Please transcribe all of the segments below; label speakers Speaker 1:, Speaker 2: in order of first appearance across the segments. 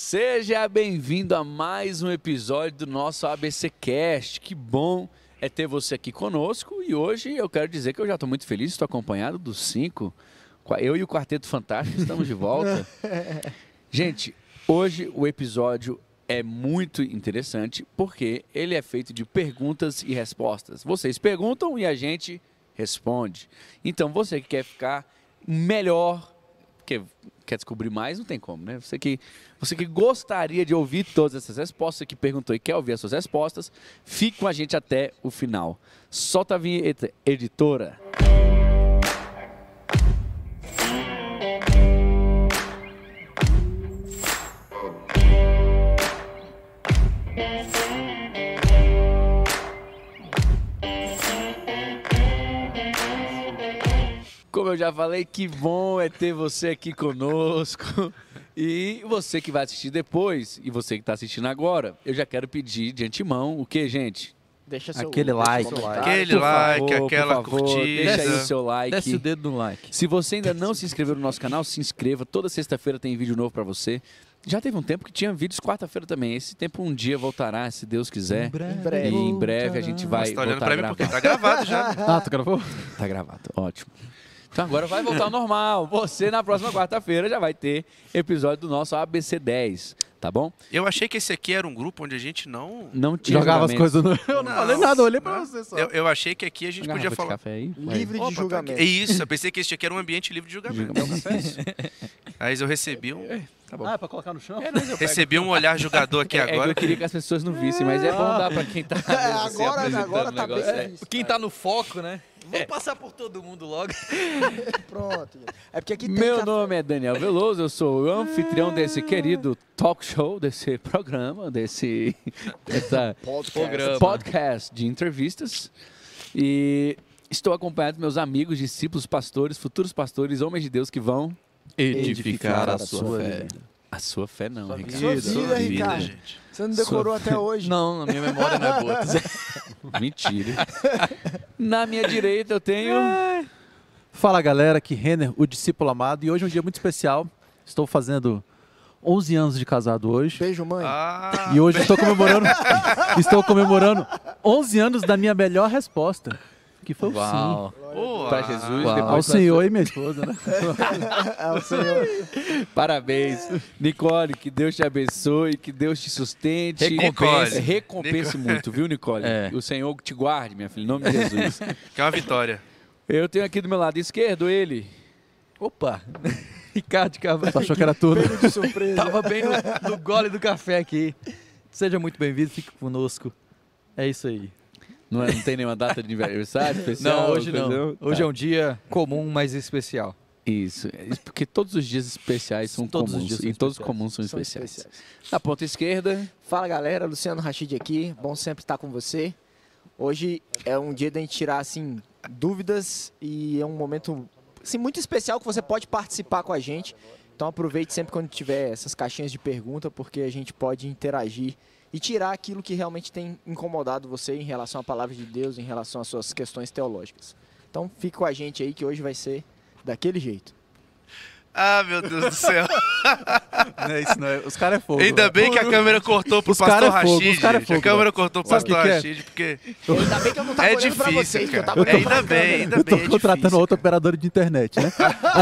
Speaker 1: Seja bem-vindo a mais um episódio do nosso ABC Cast. Que bom é ter você aqui conosco. E hoje eu quero dizer que eu já estou muito feliz, estou acompanhado dos cinco. Eu e o Quarteto Fantástico estamos de volta. Gente, hoje o episódio é muito interessante porque ele é feito de perguntas e respostas. Vocês perguntam e a gente responde. Então, você que quer ficar melhor, porque quer descobrir mais, não tem como, né? Você que, você que gostaria de ouvir todas essas respostas, que perguntou e quer ouvir as suas respostas, fique com a gente até o final. Solta a vinheta, editora. Como eu já falei, que bom é ter você aqui conosco. E você que vai assistir depois, e você que está assistindo agora, eu já quero pedir de antemão o que, gente?
Speaker 2: Deixa seu
Speaker 3: Aquele
Speaker 2: deixa
Speaker 3: like.
Speaker 2: seu comentário.
Speaker 4: Aquele
Speaker 1: Por
Speaker 4: like,
Speaker 1: favor, por
Speaker 4: aquela
Speaker 1: favor,
Speaker 4: curtida.
Speaker 1: Deixa aí o seu like.
Speaker 3: Desce o dedo no like.
Speaker 1: Se você ainda não se inscreveu no nosso canal, se inscreva. Toda sexta-feira tem vídeo novo pra você. Já teve um tempo que tinha vídeos quarta-feira também. Esse tempo um dia voltará, se Deus quiser.
Speaker 2: breve.
Speaker 1: E em breve a gente vai
Speaker 4: Você tá olhando
Speaker 1: voltar
Speaker 4: pra
Speaker 1: a
Speaker 4: mim
Speaker 1: gravar.
Speaker 4: porque tá gravado já.
Speaker 3: Ah, tu gravou?
Speaker 1: Tá gravado, ótimo. Então agora vai voltar ao normal. Você na próxima quarta-feira já vai ter episódio do nosso ABC 10, tá bom?
Speaker 4: Eu achei que esse aqui era um grupo onde a gente não.
Speaker 1: Não tinha
Speaker 3: Jogava as
Speaker 1: julgamento.
Speaker 3: coisas no. Eu
Speaker 4: Não,
Speaker 3: não falei nada, eu olhei
Speaker 4: não.
Speaker 3: pra você só.
Speaker 4: Eu, eu achei que aqui a gente
Speaker 1: Uma
Speaker 4: podia
Speaker 1: garrafa de
Speaker 4: falar.
Speaker 1: café aí? Vai.
Speaker 2: Livre
Speaker 4: Opa,
Speaker 2: de
Speaker 4: tá
Speaker 2: julgamento.
Speaker 4: aqui. É isso, eu pensei que este aqui era um ambiente livre de julgamento.
Speaker 1: Julgamento.
Speaker 4: Mas eu recebi um,
Speaker 3: Ah, é pra colocar no chão?
Speaker 4: recebi um olhar julgador aqui
Speaker 1: É, é que
Speaker 4: agora.
Speaker 1: eu queria que as pessoas não vissem, mas é bom dar pra quem tá.
Speaker 2: É, agora-
Speaker 1: apresentando
Speaker 2: agora
Speaker 1: o
Speaker 2: tá
Speaker 1: negócio,
Speaker 2: bem-
Speaker 1: né?
Speaker 3: Quem tá no foco, né? Vamos passar por todo mundo logo.
Speaker 2: Pronto. É porque aqui tem
Speaker 1: Meu
Speaker 2: café.
Speaker 1: nome é Daniel Veloso, eu sou o anfitrião desse querido talk show, desse programa, desse dessa
Speaker 4: é
Speaker 3: Programa.
Speaker 1: podcast de entrevistas. E estou acompanhado dos meus amigos, discípulos, pastores, futuros pastores, homens de Deus que vão
Speaker 3: Edificar a
Speaker 2: sua
Speaker 3: sua fé.
Speaker 1: a sua fé não, Ricardo.
Speaker 2: Sua vida, Ricardo.
Speaker 4: gente.
Speaker 2: Você não decorou até hoje.
Speaker 3: Não, na minha memória não é boa.
Speaker 1: Mentira. Na minha direita eu tenho
Speaker 3: Fala galera, aqui Renner, o discípulo amado. E hoje é um dia muito especial. Estou fazendo 11 anos de casado hoje.
Speaker 2: Beijo, mãe.
Speaker 4: Ah,
Speaker 3: E hoje estou comemorando, estou comemorando 11 anos da minha melhor resposta, que foi o sim.
Speaker 4: boa.
Speaker 3: tá,
Speaker 1: para Jesus,
Speaker 3: Uau.
Speaker 1: depois
Speaker 3: Ao
Speaker 1: nós-
Speaker 3: Senhor e minha esposa, né?
Speaker 2: É o senhor.
Speaker 1: Parabéns. Nicole, que Deus te abençoe, que Deus te sustente.
Speaker 4: Recompense.
Speaker 1: Recompense muito, viu, Nicole?
Speaker 3: É.
Speaker 1: O Senhor te guarde, minha filha, em nome de Jesus.
Speaker 4: Que é uma vitória.
Speaker 1: Eu tenho aqui do meu lado esquerdo ele.
Speaker 5: Opa! Ricardo Carvalho.
Speaker 3: Tu achou que era tudo?
Speaker 2: Pego de surpresa.
Speaker 3: Tá.
Speaker 5: Tava bem no, no gole do café aqui. Seja muito bem-vindo, fique conosco. É isso aí.
Speaker 1: Não, é- não tem nenhuma data de aniversário especial?
Speaker 5: Não, hoje
Speaker 1: coisa
Speaker 5: não. Hoje é
Speaker 3: Tá.
Speaker 5: um dia comum, mas especial.
Speaker 1: Isso. É isso, Porque todos os dias especiais são
Speaker 3: Todos os
Speaker 1: comuns.
Speaker 3: dias são
Speaker 1: e todos os
Speaker 3: especiais.
Speaker 1: comuns são,
Speaker 2: São
Speaker 1: especiais.
Speaker 2: especiais.
Speaker 1: Na ponta esquerda,
Speaker 2: Fala, galera. Luciano Rachid aqui. Bom sempre estar com você. Hoje é um dia da gente tirar, assim, dúvidas e é um momento, assim, muito especial que você pode participar com a gente. Então aproveite sempre quando tiver essas caixinhas de pergunta, porque a gente pode interagir e tirar aquilo que realmente tem incomodado você em relação à palavra de Deus, em relação às suas questões teológicas. Então fique com a gente aí que hoje vai ser daquele jeito.
Speaker 4: Ah, meu Deus do céu.
Speaker 3: Não é isso, não. é- Os caras é fogo.
Speaker 4: Ainda bem que a câmera cortou pro
Speaker 3: Os cara
Speaker 4: pastor
Speaker 3: é fogo, os
Speaker 4: Rashid.
Speaker 3: cara é
Speaker 4: gente. A
Speaker 3: fogo,
Speaker 4: câmera cortou pro
Speaker 3: Sabe o que
Speaker 4: pastor
Speaker 3: que é?
Speaker 4: Rashid, porque.
Speaker 2: Ainda bem que eu não tava
Speaker 4: É
Speaker 2: Tá olhando pra vocês,
Speaker 4: difícil,
Speaker 2: que eu
Speaker 4: cara.
Speaker 2: tava
Speaker 4: É,
Speaker 2: olhando pra
Speaker 4: ainda bem, ainda
Speaker 3: Eu tô
Speaker 4: bem. é
Speaker 3: contratando
Speaker 4: difícil,
Speaker 3: outro
Speaker 4: cara.
Speaker 3: operador de internet, né?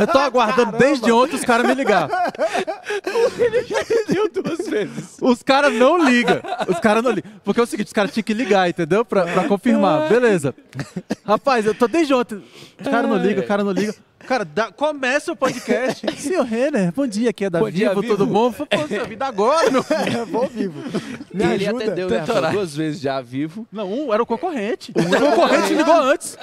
Speaker 3: Eu tô aguardando desde ontem os caras me ligar.
Speaker 1: deu duas vezes.
Speaker 3: Os caras não ligam. Os caras não ligam. Porque é o seguinte, os caras tinham que ligar, entendeu? Pra, pra confirmar. Beleza. Rapaz, eu tô desde ontem. Os caras não ligam, os caras não ligam. Cara, dá- começa o podcast. Senhor Renner, bom dia, aqui é da
Speaker 1: Bom dia,
Speaker 3: Vivo,
Speaker 1: Vivo.
Speaker 3: tudo bom? Pô, sua vida agora, meu filho.
Speaker 2: Eu vou vivo. Me
Speaker 1: Ele
Speaker 2: ajuda.
Speaker 1: atendeu né, Rafa? duas vezes já vivo.
Speaker 3: Não, um era o concorrente. O concorrente ligou antes.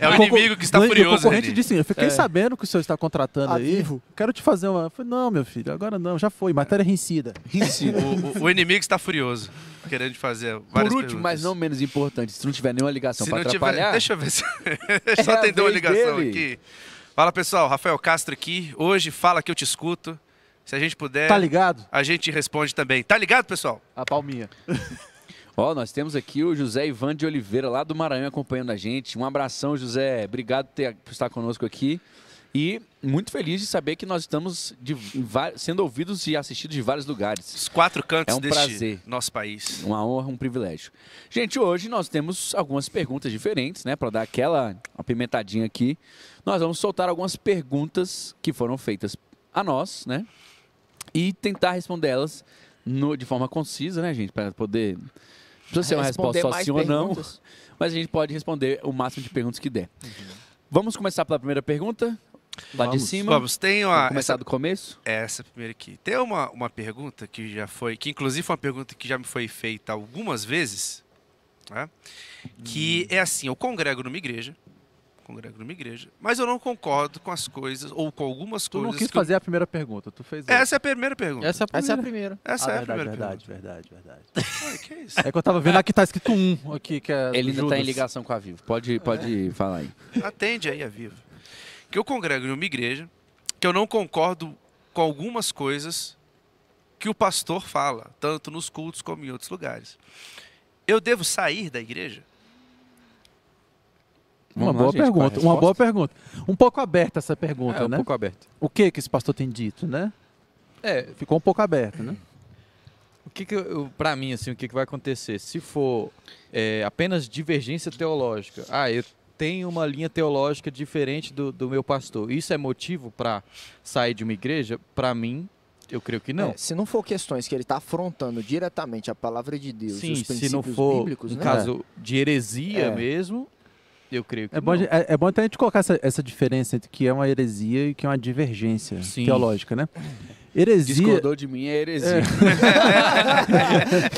Speaker 4: É o inimigo que está
Speaker 3: Não, O
Speaker 4: furioso. É.
Speaker 3: concorrente
Speaker 4: Renê.
Speaker 3: disse assim, eu fiquei sabendo que o senhor está contratando
Speaker 2: A
Speaker 3: aí.
Speaker 2: Vivo.
Speaker 3: Quero te fazer uma... Eu falei, não, meu filho, agora não, já foi. Matéria
Speaker 4: É.
Speaker 3: rincida.
Speaker 1: Ensino.
Speaker 4: O, o- o inimigo está furioso, querendo fazer
Speaker 1: Por
Speaker 4: várias
Speaker 1: último,
Speaker 4: perguntas.
Speaker 1: mas não menos importante, se não tiver nenhuma ligação
Speaker 4: Se
Speaker 1: pra
Speaker 4: não tiver,
Speaker 1: atrapalhar,
Speaker 4: deixa eu ver se
Speaker 1: É
Speaker 4: só
Speaker 1: a
Speaker 4: atender uma
Speaker 1: vez
Speaker 4: ligação
Speaker 1: dele.
Speaker 4: aqui. Fala pessoal, Rafael Castro aqui. Hoje fala que eu te escuto. Se a gente puder,
Speaker 3: Tá ligado?
Speaker 4: a gente responde também. Tá ligado, pessoal?
Speaker 3: A palminha.
Speaker 1: Ó, nós temos aqui o José Ivan de Oliveira, lá do Maranhão, acompanhando a gente. Um abração, José. Obrigado por ter- por estar conosco aqui. E muito feliz de saber que nós estamos de va- sendo ouvidos e assistidos de vários lugares.
Speaker 4: Os quatro cantos
Speaker 1: É um
Speaker 4: deste
Speaker 1: prazer.
Speaker 4: nosso país.
Speaker 1: Uma honra, um privilégio. Gente, hoje nós temos algumas perguntas diferentes, né? Para dar aquela apimentadinha aqui. Nós vamos soltar algumas perguntas que foram feitas a nós, né? E tentar responder elas no- de forma concisa, né, gente? Para poder. Não precisa ser uma
Speaker 2: Responder
Speaker 1: resposta só
Speaker 2: mais
Speaker 1: sim ou não,
Speaker 2: perguntas. Uhum.
Speaker 1: mas a gente pode responder o máximo de perguntas que der. Vamos começar pela primeira pergunta? Lá de cima?
Speaker 4: Vamos, tem uma.
Speaker 3: Ah,
Speaker 1: Vamos começar do começo?
Speaker 4: É, essa primeira aqui. Tem uma, uma pergunta que já foi, que inclusive foi uma pergunta que já me foi feita algumas vezes, né? que
Speaker 3: Hum.
Speaker 4: é assim, eu congrego numa igreja, congrego numa igreja, mas eu não concordo com as coisas, ou com algumas
Speaker 3: Tu não
Speaker 4: coisas
Speaker 3: quis
Speaker 4: que eu-
Speaker 3: fazer a primeira pergunta, tu fez outra.
Speaker 4: Essa é a primeira pergunta.
Speaker 3: Essa é a
Speaker 2: Essa é a
Speaker 3: primeira.
Speaker 2: primeira.
Speaker 4: Essa
Speaker 5: Ah,
Speaker 4: é a
Speaker 5: verdade,
Speaker 4: primeira
Speaker 5: verdade, verdade, verdade.
Speaker 4: pergunta. Que isso?
Speaker 3: É que eu tava vendo aqui tá escrito um aqui, que é.
Speaker 1: Ele ainda
Speaker 3: Judas.
Speaker 1: está em ligação com a Vivo. Pode,
Speaker 2: É.
Speaker 1: pode falar aí.
Speaker 4: Atende aí a Viva. Que eu congrego numa igreja, que eu não concordo com algumas coisas que o pastor fala, tanto nos cultos como em outros lugares. Eu devo sair da igreja?
Speaker 3: Uma
Speaker 1: Vamos lá,
Speaker 3: boa
Speaker 1: gente, qual a
Speaker 3: pergunta, uma
Speaker 1: resposta?
Speaker 3: boa pergunta. Um pouco aberta essa pergunta,
Speaker 5: É, um
Speaker 3: né?
Speaker 5: pouco aberto.
Speaker 3: O que que esse pastor tem dito, né?
Speaker 5: É,
Speaker 3: Ficou um pouco aberto, né?
Speaker 5: o que que eu, pra mim, assim, o que que vai acontecer? Se for é, apenas divergência teológica, ah, eu tenho uma linha teológica diferente do, do meu pastor, isso é motivo pra sair de uma igreja? Pra mim, eu creio que não.
Speaker 2: É, se não for questões que ele está afrontando diretamente a palavra de Deus, e
Speaker 5: Sim,
Speaker 2: os
Speaker 5: se
Speaker 2: princípios
Speaker 5: não for
Speaker 2: bíblicos,
Speaker 5: um
Speaker 2: né?
Speaker 5: caso de heresia
Speaker 2: É.
Speaker 5: mesmo, eu creio que
Speaker 3: É bom,
Speaker 5: não.
Speaker 3: a gente- é, é bom até a gente colocar essa, essa diferença entre o que é uma heresia e o que é uma divergência
Speaker 5: Sim.
Speaker 3: teológica, né? Heresia,
Speaker 1: Discordou de mim é heresia.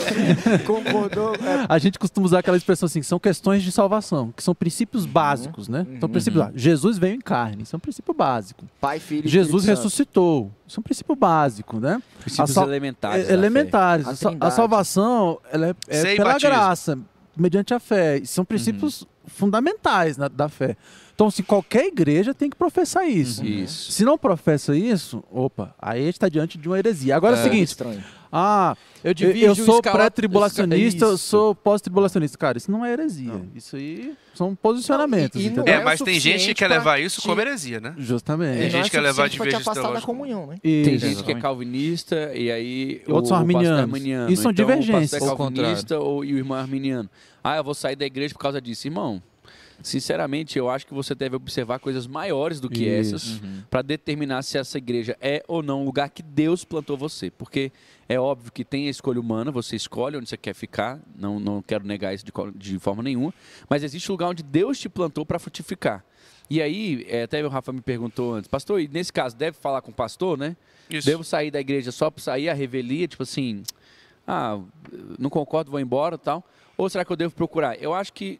Speaker 2: Concordou? é,
Speaker 3: a gente costuma usar aquela expressão assim, que são questões de salvação, que são princípios básicos, né?
Speaker 2: Uhum.
Speaker 3: São princípios, ah, Jesus veio em carne, isso é um princípio básico.
Speaker 2: pai, filho e
Speaker 3: Jesus
Speaker 2: Espírito Santo.
Speaker 3: ressuscitou, isso é um princípio básico, né?
Speaker 1: Princípios
Speaker 3: A sal-
Speaker 1: elementares. da
Speaker 3: É- elementares.
Speaker 2: fé.
Speaker 3: A,
Speaker 2: A
Speaker 3: sa- a
Speaker 2: trindade.
Speaker 3: salvação ela é, é
Speaker 4: Sem
Speaker 3: pela
Speaker 4: batismo.
Speaker 3: graça, mediante a fé. E São princípios fundamentais na- da fé. Então, se qualquer igreja tem que professar isso.
Speaker 1: fé. Isso.
Speaker 3: Se não professa isso, opa, aí a gente está diante de uma heresia. Agora é, o seguinte,
Speaker 2: Estranho.
Speaker 3: ah,
Speaker 5: Eu
Speaker 3: eu,
Speaker 5: divido
Speaker 3: eu sou
Speaker 5: escala-
Speaker 3: pré-tribulacionista, eu
Speaker 5: Isso.
Speaker 3: sou pós-tribulacionista. Cara, isso não é heresia. Isso aí são posicionamentos,
Speaker 2: Não, e- e não
Speaker 3: entendeu?
Speaker 4: É,
Speaker 2: é o
Speaker 4: mas tem gente que
Speaker 2: suficiente
Speaker 4: quer
Speaker 2: pra
Speaker 4: levar isso
Speaker 2: te-
Speaker 4: como heresia, né?
Speaker 3: Justamente.
Speaker 4: Tem
Speaker 2: E não
Speaker 4: gente que é levado
Speaker 2: suficiente
Speaker 4: de
Speaker 2: pra te
Speaker 4: vergência
Speaker 2: afastar da
Speaker 4: teológica.
Speaker 2: comunhão, né?
Speaker 1: Tem
Speaker 3: Isso.
Speaker 1: gente que é calvinista e aí
Speaker 3: E outros
Speaker 1: o,
Speaker 3: são
Speaker 1: o pastor é
Speaker 3: arminianos.
Speaker 1: arminiano.
Speaker 3: Isso são
Speaker 1: Então,
Speaker 3: divergências.
Speaker 1: O
Speaker 5: Ou
Speaker 1: pastor é
Speaker 5: contrário.
Speaker 1: calvinista ou, e o irmão é arminiano. Ah, eu vou sair da igreja por causa disso. Irmão, sinceramente, eu acho que você deve observar coisas maiores do que
Speaker 3: Isso.
Speaker 1: essas para determinar se essa igreja é ou não o lugar que Deus plantou você. Porque é óbvio que tem a escolha humana, você escolhe onde você quer ficar, não, não quero negar isso de, co- de forma nenhuma, mas existe o lugar onde Deus te plantou para frutificar. E aí, eh, até o Rafa me perguntou antes, pastor, e nesse caso, deve falar com o pastor, né?
Speaker 4: Isso.
Speaker 1: Devo sair da igreja só para sair a revelia, tipo assim, ah, não concordo, vou embora e tal? Ou será que eu devo procurar? Eu acho que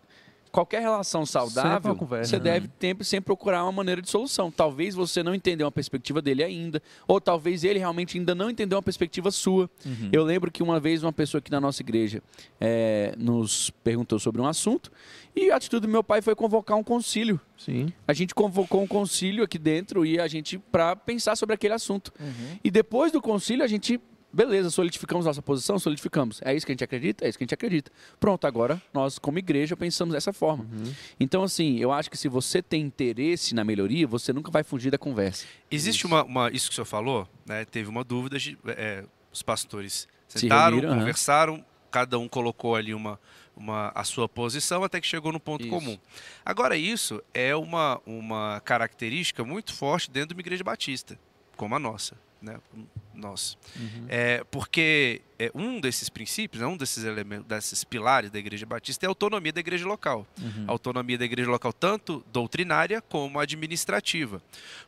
Speaker 1: qualquer relação
Speaker 3: Sempre
Speaker 1: saudável,
Speaker 3: uma conversa,
Speaker 1: você
Speaker 3: né?
Speaker 1: deve sempre, sempre procurar uma maneira de solução. Talvez você não entendeu uma perspectiva dele ainda, ou talvez ele realmente ainda não entendeu uma perspectiva sua.
Speaker 3: Uhum.
Speaker 1: Eu lembro que uma vez uma pessoa aqui na nossa igreja eh, nos perguntou sobre um assunto, e a atitude do meu pai foi convocar um concílio.
Speaker 3: Sim.
Speaker 1: A gente convocou um concílio aqui dentro e a gente para pensar sobre aquele assunto.
Speaker 3: Uhum.
Speaker 1: E depois do concílio a gente, beleza, solidificamos nossa posição, solidificamos. É isso que a gente acredita, é isso que a gente acredita. Pronto, agora nós como igreja pensamos dessa forma.
Speaker 4: Uhum.
Speaker 1: Então assim, eu acho que se você tem interesse na melhoria, você nunca vai fugir da conversa.
Speaker 4: Existe
Speaker 1: Isso.
Speaker 4: Uma, uma- Isso que o senhor falou, né? Teve uma dúvida, de- é, os pastores sentaram,
Speaker 1: reuniram, aham.
Speaker 4: conversaram, cada um colocou ali uma, uma, a sua posição até que chegou no ponto
Speaker 1: Isso.
Speaker 4: comum. Agora, isso é uma, uma característica muito forte dentro de uma igreja batista, como a nossa. Né? Nossa. É, porque é, um desses princípios, né, um desses elementos, desses pilares da igreja batista é a autonomia da igreja local. A autonomia da igreja local, tanto doutrinária como administrativa.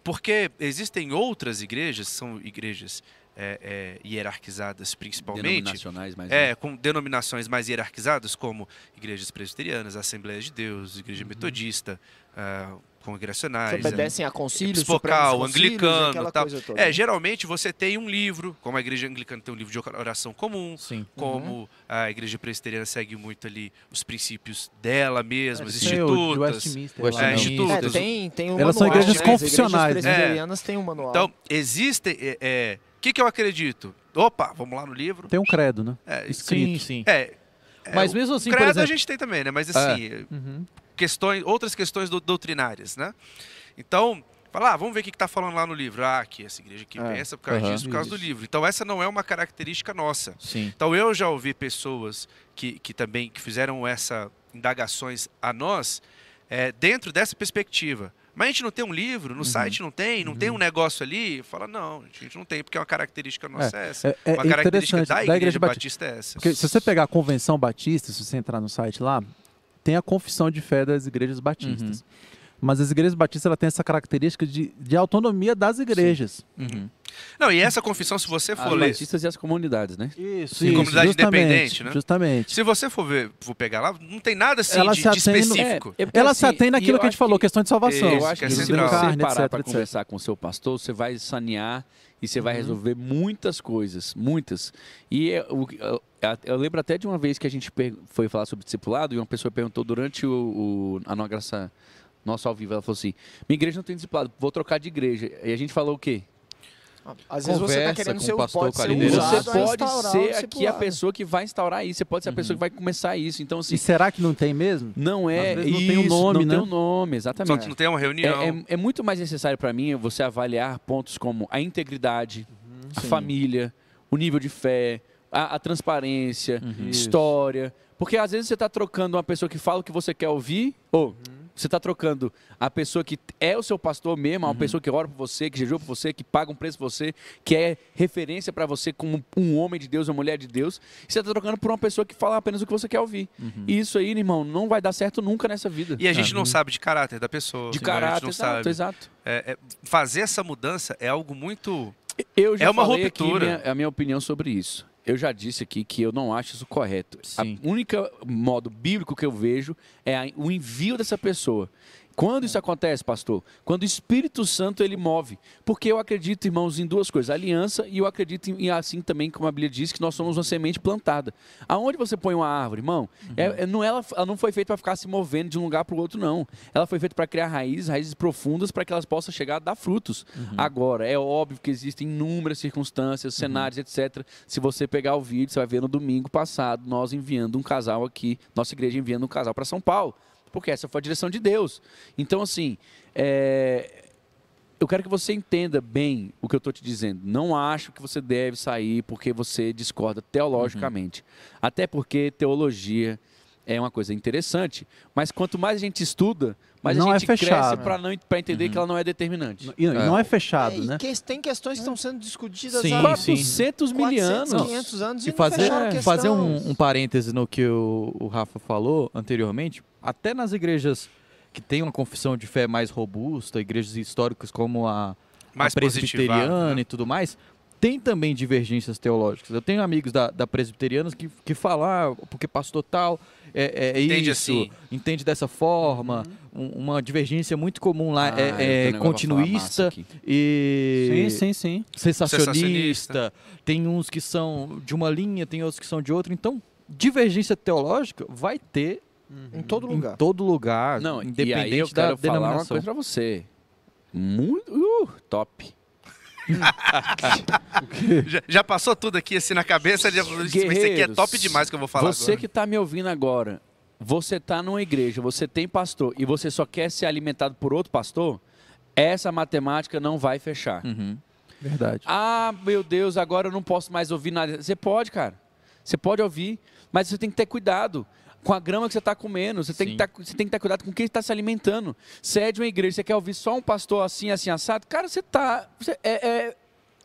Speaker 4: Porque existem outras igrejas, são igrejas é, é, hierarquizadas principalmente,
Speaker 1: Denominacionais, mas né?
Speaker 4: é, com denominações mais hierarquizadas, como igrejas presbiterianas, Assembleias de Deus, Igreja Metodista, ah,
Speaker 2: Que
Speaker 4: congregacionais. né?
Speaker 2: obedecem a concílios,
Speaker 4: episcopal,
Speaker 2: supremos concílios,
Speaker 4: anglicano,
Speaker 2: aquela
Speaker 4: tal.
Speaker 2: coisa toda.
Speaker 4: É, geralmente você tem um livro, como a igreja anglicana tem um livro de oração comum,
Speaker 5: Sim.
Speaker 4: como a igreja presbiteriana segue muito ali os princípios dela mesma, as
Speaker 3: Tem É, o de
Speaker 4: institutas.
Speaker 3: Westminster
Speaker 5: É,
Speaker 3: lá, né?
Speaker 4: instituto.
Speaker 2: É,
Speaker 4: Todas.
Speaker 2: tem, tem um
Speaker 3: Elas são
Speaker 2: manual,
Speaker 3: igrejas
Speaker 2: né? As
Speaker 3: confessionais, né?
Speaker 2: igrejas presbiterianas têm um manual.
Speaker 4: Então, existem. O é, que, que eu acredito? Opa, vamos lá no livro.
Speaker 3: Tem um credo, né?
Speaker 4: É,
Speaker 5: Sim, sim.
Speaker 4: é, é,
Speaker 5: Mas
Speaker 4: o
Speaker 5: mesmo assim,
Speaker 4: credo
Speaker 5: por
Speaker 4: a
Speaker 5: exemplo,
Speaker 4: gente tem também, né? Mas assim,
Speaker 3: Uhum.
Speaker 4: questões, outras questões do- doutrinárias, né? Então, Fala, ah, vamos ver o que está falando lá no livro. Ah, aqui, essa igreja aqui
Speaker 2: É,
Speaker 4: pensa por causa
Speaker 5: aham.
Speaker 4: disso, por causa do
Speaker 1: Isso.
Speaker 4: livro. Então, essa não é uma característica nossa.
Speaker 5: Sim.
Speaker 4: Então eu já ouvi pessoas que, que também que fizeram essa indagações a nós é, dentro dessa perspectiva. Mas a gente não tem um livro, no
Speaker 3: Uhum.
Speaker 4: site não tem, não tem um negócio ali. Fala, não, a gente não tem, porque é uma característica nossa é, essa.
Speaker 3: É, é
Speaker 4: uma característica
Speaker 3: interessante,
Speaker 4: da Igreja, Batista, é essa.
Speaker 3: Porque se você pegar a Convenção Batista, se você entrar no site lá, tem a confissão de fé das igrejas batistas. Mas as igrejas batistas ela tem essa característica de, de autonomia das igrejas.
Speaker 4: Não, e essa confissão, se você for
Speaker 1: As
Speaker 4: ler.
Speaker 1: batistas e as comunidades, né?
Speaker 3: Isso,
Speaker 4: comunidade independente, né?
Speaker 3: Justamente.
Speaker 4: Se você for ver, vou pegar lá, não tem nada assim
Speaker 3: Ela
Speaker 4: de,
Speaker 3: se
Speaker 4: de
Speaker 3: atém no-
Speaker 4: específico.
Speaker 1: É, é porque,
Speaker 3: Ela se
Speaker 1: assim,
Speaker 3: atém
Speaker 1: e eu
Speaker 3: naquilo que é a gente
Speaker 1: acho
Speaker 3: falou, questão de salvação.
Speaker 4: Isso,
Speaker 1: Eu acho que,
Speaker 4: que é
Speaker 1: se
Speaker 4: central.
Speaker 1: você
Speaker 3: carne,
Speaker 1: parar
Speaker 3: etc,
Speaker 1: para
Speaker 3: etc.
Speaker 1: conversar com o seu pastor, você vai sanear e você vai resolver muitas coisas, muitas. E é o que- eu, eu lembro até de uma vez que a gente per- foi falar sobre discipulado e uma pessoa perguntou durante o, o- a nossa, nossa ao vivo, ela falou assim, minha igreja não tem discipulado, vou trocar de igreja. E a gente falou o quê?
Speaker 2: Às vezes você
Speaker 5: Conversa
Speaker 2: tá querendo
Speaker 5: com
Speaker 2: ser
Speaker 5: o
Speaker 2: o
Speaker 5: pastor,
Speaker 2: pode
Speaker 5: com a
Speaker 2: ser
Speaker 5: liderança.
Speaker 1: Você
Speaker 2: usado a
Speaker 1: pode
Speaker 2: instaurar o
Speaker 1: ser aqui a
Speaker 2: discipulado.
Speaker 1: pessoa que vai instaurar isso, você pode ser a pessoa que vai começar isso. Então, assim,
Speaker 3: E será que não tem mesmo?
Speaker 1: não é
Speaker 3: Às vezes
Speaker 1: isso,
Speaker 3: não tem um
Speaker 1: não
Speaker 3: nome, né?
Speaker 1: tem um nome,
Speaker 4: Só
Speaker 1: exatamente.
Speaker 4: que não tem uma reunião.
Speaker 1: É, é- é muito mais necessário para mim você avaliar pontos como a integridade,
Speaker 4: Uhum.
Speaker 1: a família, o nível de fé, a, a transparência,
Speaker 4: Uhum.
Speaker 1: história. Porque às vezes você está trocando uma pessoa que fala o que você quer ouvir, ou
Speaker 4: Uhum.
Speaker 1: você está trocando a pessoa que é o seu pastor mesmo,
Speaker 4: Uhum.
Speaker 1: a pessoa que ora por você, que jejua por você, que paga um preço por você, que é referência para você como um homem de Deus, uma mulher de Deus. E você está trocando por uma pessoa que fala apenas o que você quer ouvir. E isso aí, irmão, não vai dar certo nunca nessa vida.
Speaker 4: Uhum. E a
Speaker 3: Uhum.
Speaker 4: gente não sabe de caráter da
Speaker 1: de
Speaker 4: pessoa. né? a gente
Speaker 1: caráter,
Speaker 4: não
Speaker 1: exato,
Speaker 4: sabe.
Speaker 1: exato.
Speaker 4: É- é- fazer essa mudança é algo muito.
Speaker 1: Eu já
Speaker 4: É uma
Speaker 1: falei
Speaker 4: ruptura.
Speaker 1: Aqui minha, a minha opinião sobre isso. Eu já disse aqui que eu não acho isso correto.
Speaker 5: Sim.
Speaker 1: O único modo bíblico que eu vejo é a- o envio dessa pessoa. Quando
Speaker 4: É.
Speaker 1: isso acontece, pastor? Quando o Espírito Santo ele move. Porque eu acredito, irmãos, em duas coisas: aliança e eu acredito em, em assim também, como a Bíblia diz, que nós somos uma semente plantada. Aonde você põe uma árvore, irmão?
Speaker 4: Uhum.
Speaker 1: É, é- não, ela, ela não foi feita para ficar se movendo de um lugar para o outro, não. Ela foi feita para criar raízes, raízes profundas, para que elas possam chegar a dar frutos. Agora, é óbvio que existem inúmeras circunstâncias, cenários, etc. Se você pegar o vídeo, você vai ver no domingo passado, nós enviando um casal aqui, nossa igreja enviando um casal para São Paulo. Porque essa foi a direção de Deus. Então, assim, é, eu quero que você entenda bem o que eu estou te dizendo. Não acho que você deve sair porque você discorda teologicamente. Até porque teologia é uma coisa interessante, mas quanto mais a gente estuda, mais
Speaker 3: Não
Speaker 1: a
Speaker 3: é
Speaker 1: gente
Speaker 3: fechado.
Speaker 1: cresce para não para entender que ela não é determinante.
Speaker 3: E, e não é
Speaker 2: É,
Speaker 3: fechado,
Speaker 2: e
Speaker 3: né?
Speaker 2: que- tem questões que estão sendo discutidas
Speaker 5: Sim,
Speaker 2: há
Speaker 5: sim.
Speaker 1: 400 mil
Speaker 2: 400,
Speaker 1: anos.
Speaker 2: 500 anos e,
Speaker 5: E
Speaker 2: não
Speaker 5: fazer,
Speaker 2: fecharam a questão.
Speaker 5: fazer um, um parêntese no que o, o Rafa falou anteriormente, até nas igrejas que têm uma confissão de fé mais robusta, igrejas históricas como a,
Speaker 4: mais
Speaker 5: a presbiteriana
Speaker 4: positivado, né?
Speaker 5: e tudo mais, tem também divergências teológicas. Eu tenho amigos da, da presbiteriana que, que falam, "Ah, porque pastor tal é, é
Speaker 4: Entende
Speaker 5: isso,
Speaker 4: assim."
Speaker 5: entende dessa forma.
Speaker 2: Uhum.
Speaker 5: Um- uma divergência muito comum lá
Speaker 1: Ah, eu tenho
Speaker 5: é, é
Speaker 1: um negócio pra falar massa
Speaker 5: continuista
Speaker 1: aqui.
Speaker 5: e
Speaker 3: Sim, sim, sim.
Speaker 5: sensacionista,
Speaker 4: Sensacionista.
Speaker 5: tem uns que são de uma linha, tem outros que são de outra. Então, divergência teológica vai ter
Speaker 2: Em todo
Speaker 5: em
Speaker 2: lugar.
Speaker 5: todo lugar,
Speaker 1: Não, e
Speaker 5: independente
Speaker 1: aí eu
Speaker 5: da
Speaker 1: quero falar uma
Speaker 5: denominação.
Speaker 1: coisa para você. Muito uh, top.
Speaker 4: Já, já passou tudo aqui assim na cabeça, ele já falou isso mas isso aqui é
Speaker 1: Guerreiros,
Speaker 4: top demais que eu vou falar
Speaker 1: Você
Speaker 4: agora.
Speaker 1: que está me ouvindo agora, você está numa igreja, você tem pastor e você só quer ser alimentado por outro pastor, essa matemática não vai fechar.
Speaker 5: Uhum.
Speaker 3: Verdade.
Speaker 1: Ah, meu Deus, agora eu não posso mais ouvir nada. Você pode, cara. Você pode ouvir, mas você tem que ter cuidado com a grama que você está comendo. Você tem, que
Speaker 5: Sim.
Speaker 1: tá- você tem que ter cuidado com quem está se alimentando. Você é de uma igreja, você quer ouvir só um pastor assim, assim, assado. Cara, você está... é, é-